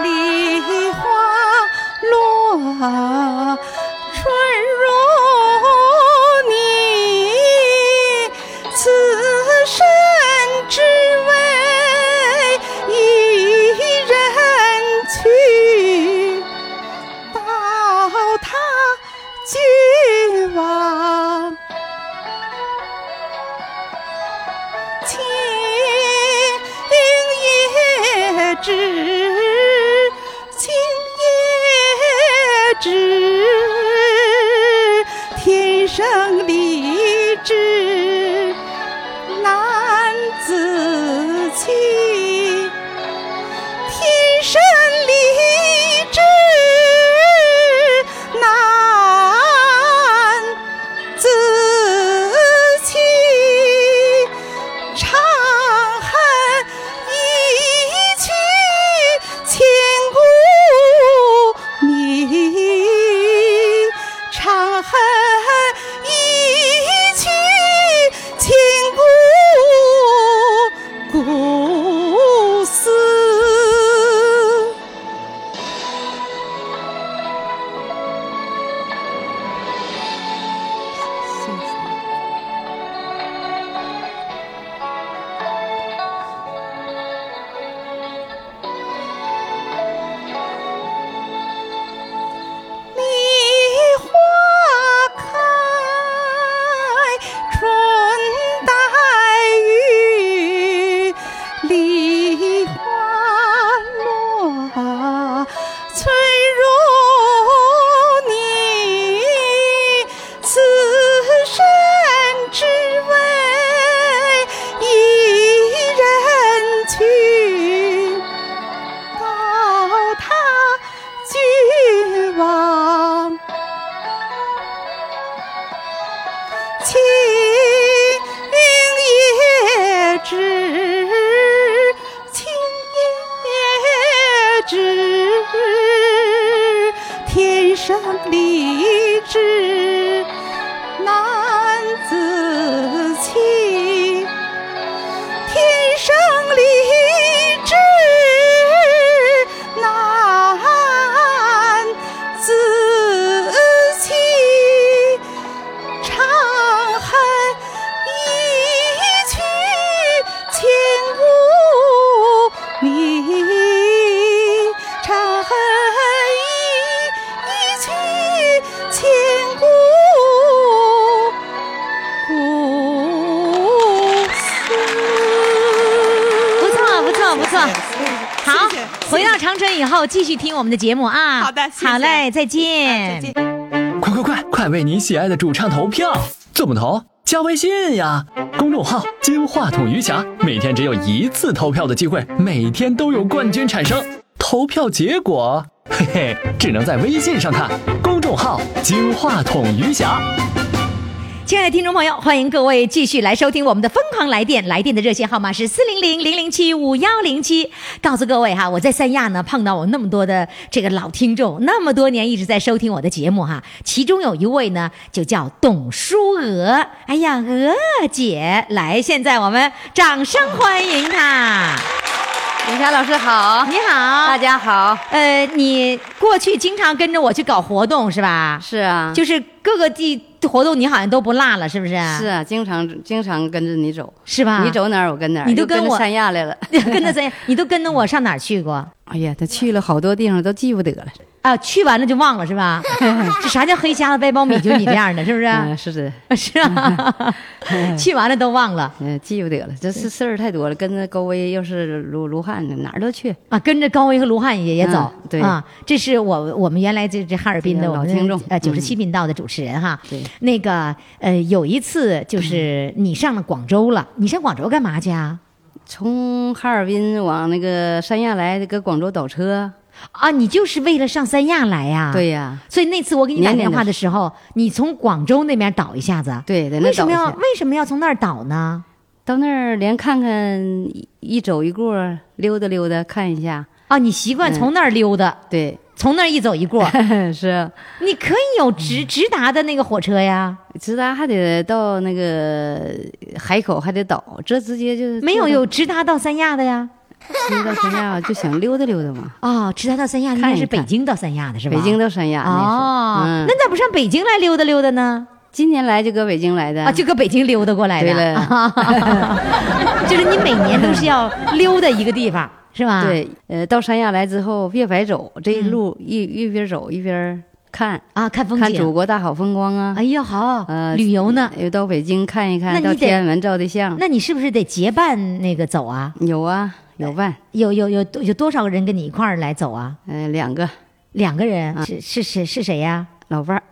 Speaker 1: 梨
Speaker 10: 生理之难自弃，天生丽质难自弃，长恨一曲千古名，长恨一曲千古古思。
Speaker 2: 不错，不错，不错。好
Speaker 9: 嗯谢谢，
Speaker 2: 回到长春以后继续听我们的节目啊。
Speaker 9: 好的谢谢
Speaker 2: 好嘞，再
Speaker 9: 再
Speaker 2: 见。
Speaker 9: 见。
Speaker 5: 快快快，快为你喜爱的主唱投票！怎么投？加微信呀，公众号“金话筒余霞”，每天只有一次投票的机会，每天都有冠军产生。投票结果，嘿嘿，只能在微信上看。公众号“金话筒余霞”。
Speaker 2: 亲爱的听众朋友，欢迎各位继续来收听我们的《疯狂来电》，来电的热线号码是四零零零零七五幺零七。告诉各位哈，我在三亚呢碰到我那么多的这个老听众，那么多年一直在收听我的节目哈，其中有一位呢就叫董淑娥，哎呀，娥姐，来，现在我们掌声欢迎她。
Speaker 10: 林霞老师好，
Speaker 2: 你好，
Speaker 10: 大。家好，
Speaker 2: 呃，你过去经常跟着我去搞活动是吧？
Speaker 10: 是啊，
Speaker 2: 就是各个地活动你好像都不落了，是不是？
Speaker 10: 是啊，经常经常跟着你走，
Speaker 2: 是吧？
Speaker 10: 你走哪儿我跟哪儿，
Speaker 2: 啊你都
Speaker 10: 又跟
Speaker 2: 跟
Speaker 10: 着
Speaker 2: 我。
Speaker 10: 三亚来了
Speaker 2: 跟着谁？你都跟着我上哪儿去过？
Speaker 10: 哎呀，他去了好多地方都记不得了。
Speaker 2: 啊，去完了就忘了是吧？ 这啥叫黑瞎子掰苞米？就你这样的，是不
Speaker 10: 嗯，
Speaker 2: 是？
Speaker 10: 是的，
Speaker 2: 是啊， 去完了都忘了
Speaker 10: 嗯，记不得了，这事事儿太多了，跟着高威又是卢卢汉的，哪儿都去。
Speaker 2: 啊，跟着高威和卢汉也也走
Speaker 10: 嗯对
Speaker 2: 啊。这是我我们原来这这哈尔滨的
Speaker 10: 这个
Speaker 2: 我
Speaker 10: 老
Speaker 2: 们
Speaker 10: 听众
Speaker 2: 呃九十
Speaker 10: 嗯
Speaker 2: 七频道的主持人哈
Speaker 10: 对。
Speaker 2: 那个呃有一次就是你上了广州了，你上广州干嘛去啊？
Speaker 10: 从哈尔滨往那个三亚来，搁广州倒车。
Speaker 2: 啊，你就是为了上三亚来呀？
Speaker 10: 对。呀，
Speaker 2: 所以那次我给你打
Speaker 10: 年
Speaker 2: 电
Speaker 10: 年
Speaker 2: 话
Speaker 10: 都
Speaker 2: 的时候，你从广州那边倒一下子，
Speaker 10: 对，在那
Speaker 2: 为什
Speaker 10: 倒
Speaker 2: 么要
Speaker 10: 下，
Speaker 2: 为什么要从那儿倒呢？
Speaker 10: 到那儿连看看一一走一过，溜达溜达看一下。
Speaker 2: 啊，你习
Speaker 10: 嗯
Speaker 2: 惯从那儿溜达，
Speaker 10: 对，
Speaker 2: 从那儿一走一过，
Speaker 10: 是啊
Speaker 2: 你可以有直直达的那个火车呀，
Speaker 10: 直达还得到那个海口，还得倒，这直接就
Speaker 2: 没有有直达到三亚的呀。
Speaker 10: 直到三亚就想溜达溜达嘛。
Speaker 2: 啊，直达到三亚应
Speaker 10: 看
Speaker 2: 该
Speaker 10: 一
Speaker 2: 是北
Speaker 10: 看
Speaker 2: 京到三亚的是吧？
Speaker 10: 北京到三亚
Speaker 2: 哦，
Speaker 10: 那是
Speaker 2: 那
Speaker 10: 嗯，
Speaker 2: 咋不上北京来溜达溜达呢？
Speaker 10: 今年来就搁北京来的
Speaker 2: 啊，就搁北京溜达过来的。
Speaker 10: 嗯对了
Speaker 2: 就是你每年都是要溜达一个地方，是吧？。
Speaker 10: 对，呃，到三亚来之后别白走，
Speaker 2: 嗯
Speaker 10: 这一路一一边走一边看，
Speaker 2: 啊，看风
Speaker 10: 看祖
Speaker 2: 景。
Speaker 10: 国大好风光啊
Speaker 2: 哎。呀，好
Speaker 10: 呃，，
Speaker 2: 旅游呢。
Speaker 10: 又到北京看一
Speaker 2: 那
Speaker 10: 看，
Speaker 2: 你
Speaker 10: 到
Speaker 2: 得
Speaker 10: 天安门照的相，
Speaker 2: 那你是不是得结伴那个走啊？
Speaker 10: 有啊，有伴，
Speaker 2: 有有有有多少个人跟你一块儿来走啊？
Speaker 10: 嗯，两个
Speaker 2: 两个人
Speaker 10: 啊
Speaker 2: 是是是是谁 呀、
Speaker 10: 老伴儿，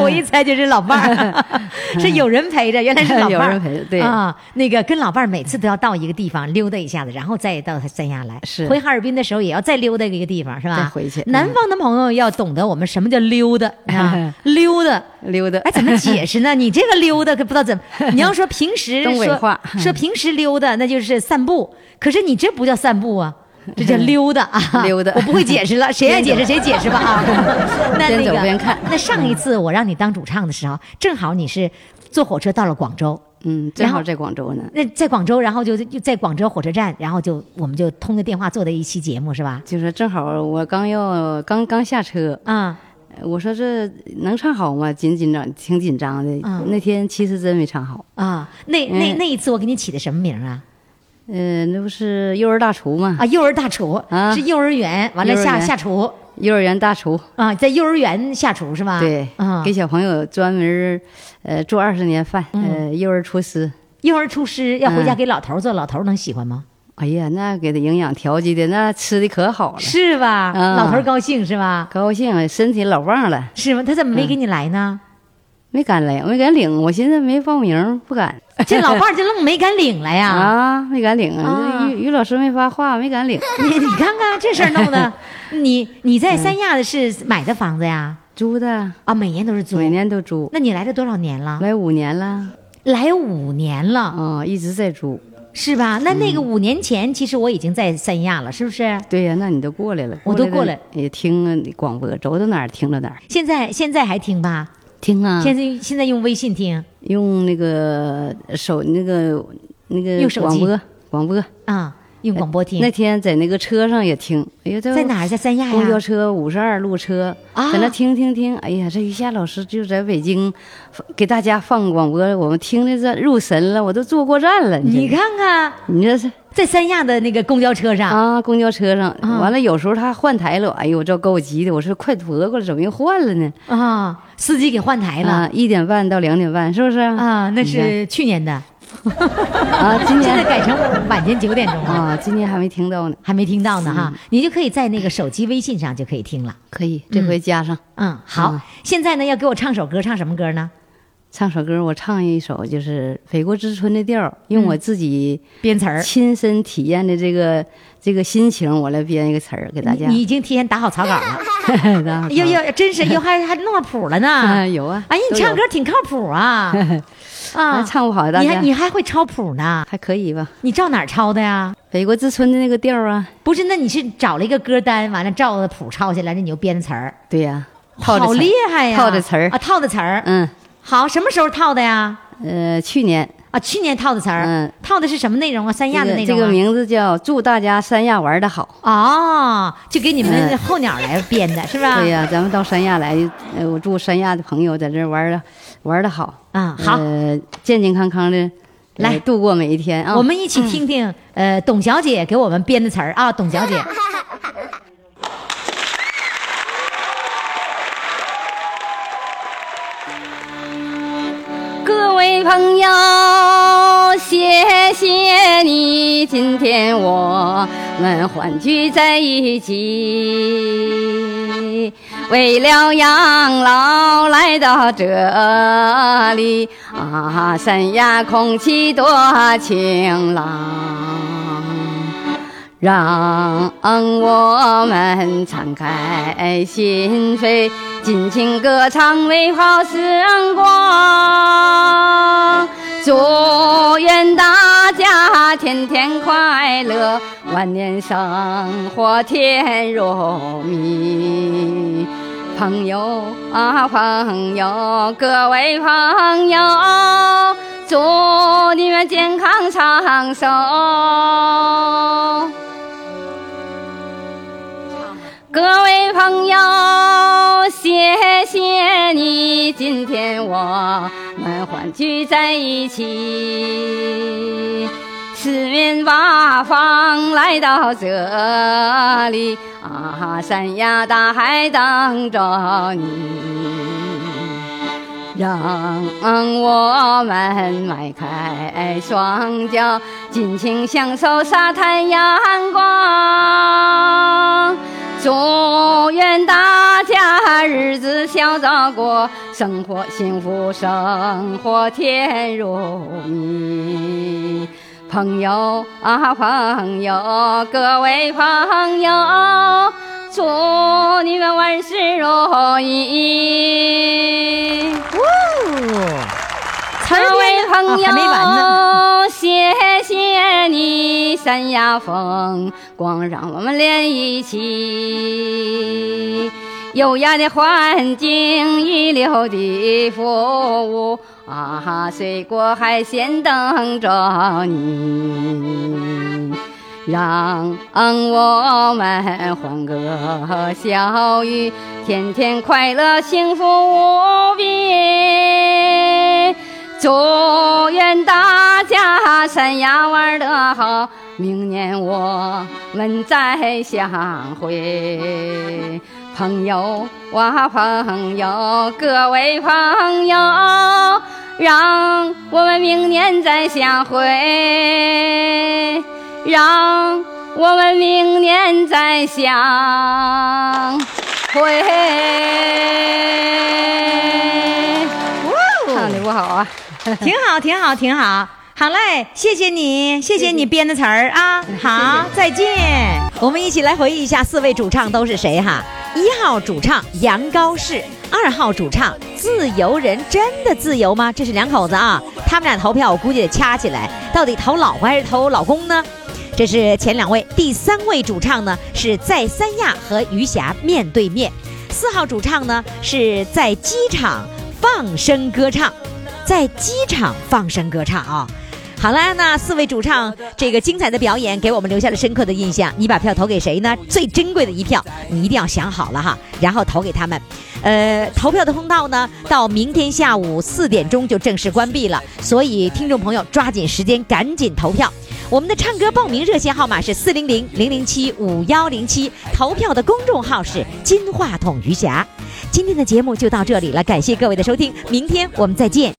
Speaker 2: 我一猜就是老伴 儿， 是有人陪着，原来是老伴
Speaker 10: 有
Speaker 2: 儿
Speaker 10: 人陪着对
Speaker 2: 啊，那个跟老伴儿每次都要到一个地方溜达一下子，然后再到三亚来。
Speaker 10: 是
Speaker 2: 回哈尔滨的时候也要再溜达一个地方，是吧？
Speaker 10: 再回去嗯
Speaker 2: 南方的朋友要懂得我们什么叫溜 达啊，溜达。
Speaker 10: 溜达。
Speaker 2: 哎，怎么解释呢？你这个溜达可不知道 怎么。你要说平时
Speaker 10: 东北
Speaker 2: 说
Speaker 10: 话
Speaker 2: 说平时溜达，那就是散步。可是你这不叫散 步啊，这叫溜达啊！
Speaker 10: 溜达
Speaker 2: 我不会解释 了，谁爱解释谁解释吧啊！那 那
Speaker 10: 边走
Speaker 2: 个
Speaker 10: 边看
Speaker 2: 那上一次我让你当主唱的时候，正好你是坐火车到了广州。
Speaker 10: 嗯，正
Speaker 2: 然
Speaker 10: 好
Speaker 2: 后
Speaker 10: 在广州呢，
Speaker 2: 那在广州，然后就就在广州火车站，然后就我们就通个电话做的一期节目是吧？
Speaker 10: 就是正好我刚要刚刚下车，
Speaker 2: 啊、
Speaker 10: 我说这能唱好吗？紧紧张，挺紧张的。
Speaker 2: 嗯
Speaker 10: 那天其实真没唱好，
Speaker 2: 啊，那那
Speaker 10: 嗯
Speaker 2: 那一次我给你起的什么名啊？
Speaker 10: 嗯，那不是幼儿大厨吗？
Speaker 2: 啊，幼儿大厨、
Speaker 10: 啊
Speaker 2: 是幼儿园，完了
Speaker 10: 幼儿
Speaker 2: 下
Speaker 10: 园
Speaker 2: 下厨。
Speaker 10: 幼儿园大厨，
Speaker 2: 啊，在幼儿园下厨是吧？
Speaker 10: 对，
Speaker 2: 啊
Speaker 10: 给，小朋友专门儿呃做二十年饭，
Speaker 2: 嗯
Speaker 10: 呃，幼儿厨师。
Speaker 2: 幼儿厨师要回家
Speaker 10: 嗯
Speaker 2: 给老头儿做，老头儿能喜欢吗？
Speaker 10: 哎呀，那给他营养调剂的，那吃的可好了，
Speaker 2: 是吧？
Speaker 10: 啊
Speaker 2: 老头儿高兴是吧？
Speaker 10: 高兴，啊身体老旺了。
Speaker 2: 是吗？他怎么
Speaker 10: 嗯
Speaker 2: 没给你来呢？
Speaker 10: 没敢来，没敢领，我寻思没报名，不敢
Speaker 2: 啊这 老伴儿就愣没敢领来呀。
Speaker 10: 啊，没敢领
Speaker 2: 啊
Speaker 10: 啊。于于老师没发话，没敢领。
Speaker 2: 你你看看这事儿弄 的，你你
Speaker 10: 嗯
Speaker 2: 在三亚的是买的房子呀？
Speaker 10: 租的，
Speaker 2: 啊，每年都是租。
Speaker 10: 每年都租，
Speaker 2: 那你来这多少年了？
Speaker 10: 来五年了，
Speaker 2: 来五年了
Speaker 10: 嗯啊、一直在租。
Speaker 2: 是吧？那那个五年前，其实我已经在三亚了，是不是？
Speaker 11: 对呀、那你都过来了，
Speaker 2: 我都过
Speaker 11: 来
Speaker 2: 来
Speaker 11: 了，也听啊广播，走到哪儿听到哪儿，
Speaker 2: 现在现在还听吧？
Speaker 11: 听
Speaker 10: 嗯
Speaker 11: 啊。
Speaker 2: 现在现在用微信听
Speaker 11: 用那个手那个那个
Speaker 2: 用手
Speaker 11: 广
Speaker 2: 机
Speaker 11: 播广播。
Speaker 2: 啊，
Speaker 10: 哎
Speaker 2: 用广播听。
Speaker 11: 那天在那个车上也听，哎呀，这
Speaker 2: 在哪儿？在三亚
Speaker 11: 公交
Speaker 2: 呀？
Speaker 11: 车五十二路车，
Speaker 2: 啊
Speaker 11: 在那听听听，哎呀，这于霞老师就在北京给大家放广播，我们听的这入神了，我都坐过站了。
Speaker 2: 你
Speaker 11: 你这
Speaker 2: 看看，
Speaker 11: 你这是
Speaker 2: 在三亚的那个公交车上，
Speaker 11: 啊，公交车上
Speaker 2: 啊
Speaker 11: 完了，有时候他换台了，哎呦，这给我急的，我说快挪过来，怎么又换了呢？
Speaker 2: 啊，司机给换台了
Speaker 11: 啊，一点半到两点半，是不是？啊，
Speaker 2: 啊，那是去年的，现
Speaker 11: 今
Speaker 2: 在
Speaker 11: 年
Speaker 2: 改成晚间九点钟了，
Speaker 11: 啊，今年还没听到呢，
Speaker 2: 还没听到呢哈，你就可以在那个手机微信上就可以听了。
Speaker 11: 可以，这回加上。
Speaker 2: 嗯，好
Speaker 11: 嗯，
Speaker 2: 现在呢要给我唱首歌，唱什么歌呢？
Speaker 11: 唱首歌，我唱一首就是《北国之春》的调儿，用我自己
Speaker 2: 编词儿，
Speaker 11: 亲身体验的这个这个心情，我来编一个词儿给大家。
Speaker 2: 你已经提前 打好草稿了，
Speaker 11: 大家
Speaker 2: 哟哟，真是哟，还还弄了谱了呢
Speaker 11: 啊，。有啊，
Speaker 2: 哎呀，你
Speaker 11: 都有
Speaker 2: 唱歌挺靠谱 啊
Speaker 11: 啊
Speaker 2: 啊！
Speaker 11: 唱不好，大
Speaker 2: 你还
Speaker 11: 家
Speaker 2: 你还会抄谱呢？
Speaker 11: 还可以吧？
Speaker 2: 你照哪儿抄的呀？
Speaker 11: 《北国之春》的那个调儿啊，
Speaker 2: 不是，那你是找了一个歌单，完了照着谱抄下来，那你就编词儿，
Speaker 11: 对呀，套着
Speaker 2: 好
Speaker 11: 词儿
Speaker 2: 厉害呀！
Speaker 11: 套着词儿
Speaker 2: 啊，，套的词儿。
Speaker 11: 嗯
Speaker 2: 好，什么时候套的呀？
Speaker 11: 呃，去年
Speaker 2: 啊，去年套的词儿。
Speaker 11: 嗯
Speaker 2: 套的是什么内容啊？三
Speaker 11: 这
Speaker 2: 亚的
Speaker 11: 个
Speaker 2: 内
Speaker 11: 这
Speaker 2: 容
Speaker 11: 个
Speaker 2: 啊。
Speaker 11: 名字叫“祝大家三亚玩的好
Speaker 2: 哦，就给你们
Speaker 11: 嗯
Speaker 2: 候鸟来编的是”。吧？
Speaker 11: 对呀，咱们到三亚来，呃，我祝三亚的朋友在这儿玩的玩的好，
Speaker 2: 啊，好，
Speaker 11: 呃，健健康康的
Speaker 2: 来
Speaker 11: 度过每一天啊。
Speaker 2: 我们一起听听，呃，董小姐给我们编的词儿啊，董小姐。
Speaker 11: 各位朋友，谢谢你，今天我们欢聚在一起，为了养老来到这里啊，三亚空气多晴朗。让我们敞开心扉，尽情歌唱美好生活。祝愿大家天天快乐，晚年生活甜如蜜。朋友啊，朋友，各位朋友，祝你们健康长寿。各位朋友，谢谢你，今天我们欢聚在一起，四面八方来到这里，啊，三亚大海等着你。让我们迈开双脚，尽情享受沙滩阳光。祝愿大家日子笑着过，生活幸福，生活甜如蜜。朋友啊，朋友，各位朋友，祝你们万事如意。
Speaker 2: 词儿
Speaker 11: 各位
Speaker 2: 编的
Speaker 11: 朋
Speaker 2: 啊
Speaker 11: 友，
Speaker 2: 还没完呢。
Speaker 11: 谢谢你，三亚风光让我们连一起。优雅的环境，一流的服务，啊哈，水果海鲜等着你。让我们欢歌笑语，天天快乐，幸福无比。祝愿大家三亚玩得好，明年我们再相会。朋友啊，朋友，各位朋友，让我们明年再相会。让我们明年再相会。唱的不好啊，
Speaker 2: 挺好，挺好，挺好。好嘞，谢谢你，谢谢你编的词儿啊。好，再见。我们一起来回忆一下四位主唱都是谁哈？一号主唱杨高士，二号主唱自由人，真的自由吗？这是两口子啊。他他们俩投票，我估计得掐起来，到底投老婆还是投老公呢？这是前两位，第三位主唱呢是在三亚和余霞面对面，四号主唱呢是在机场放声歌唱，在机场放声歌唱啊、好了，那四位主唱这个精彩的表演给我们留下了深刻的印象。你把票投给谁呢？最珍贵的一票，你一定要想好了哈，然后投给他们。呃，投票的通道呢，到明天下午四点钟就正式关闭了，所以听众朋友抓紧时间，赶紧投票。我们的唱歌报名热线号码是四零零零零七五幺零七，投票的公众号是金话筒余霞。今天的节目就到这里了，感谢各位的收听，明天我们再见。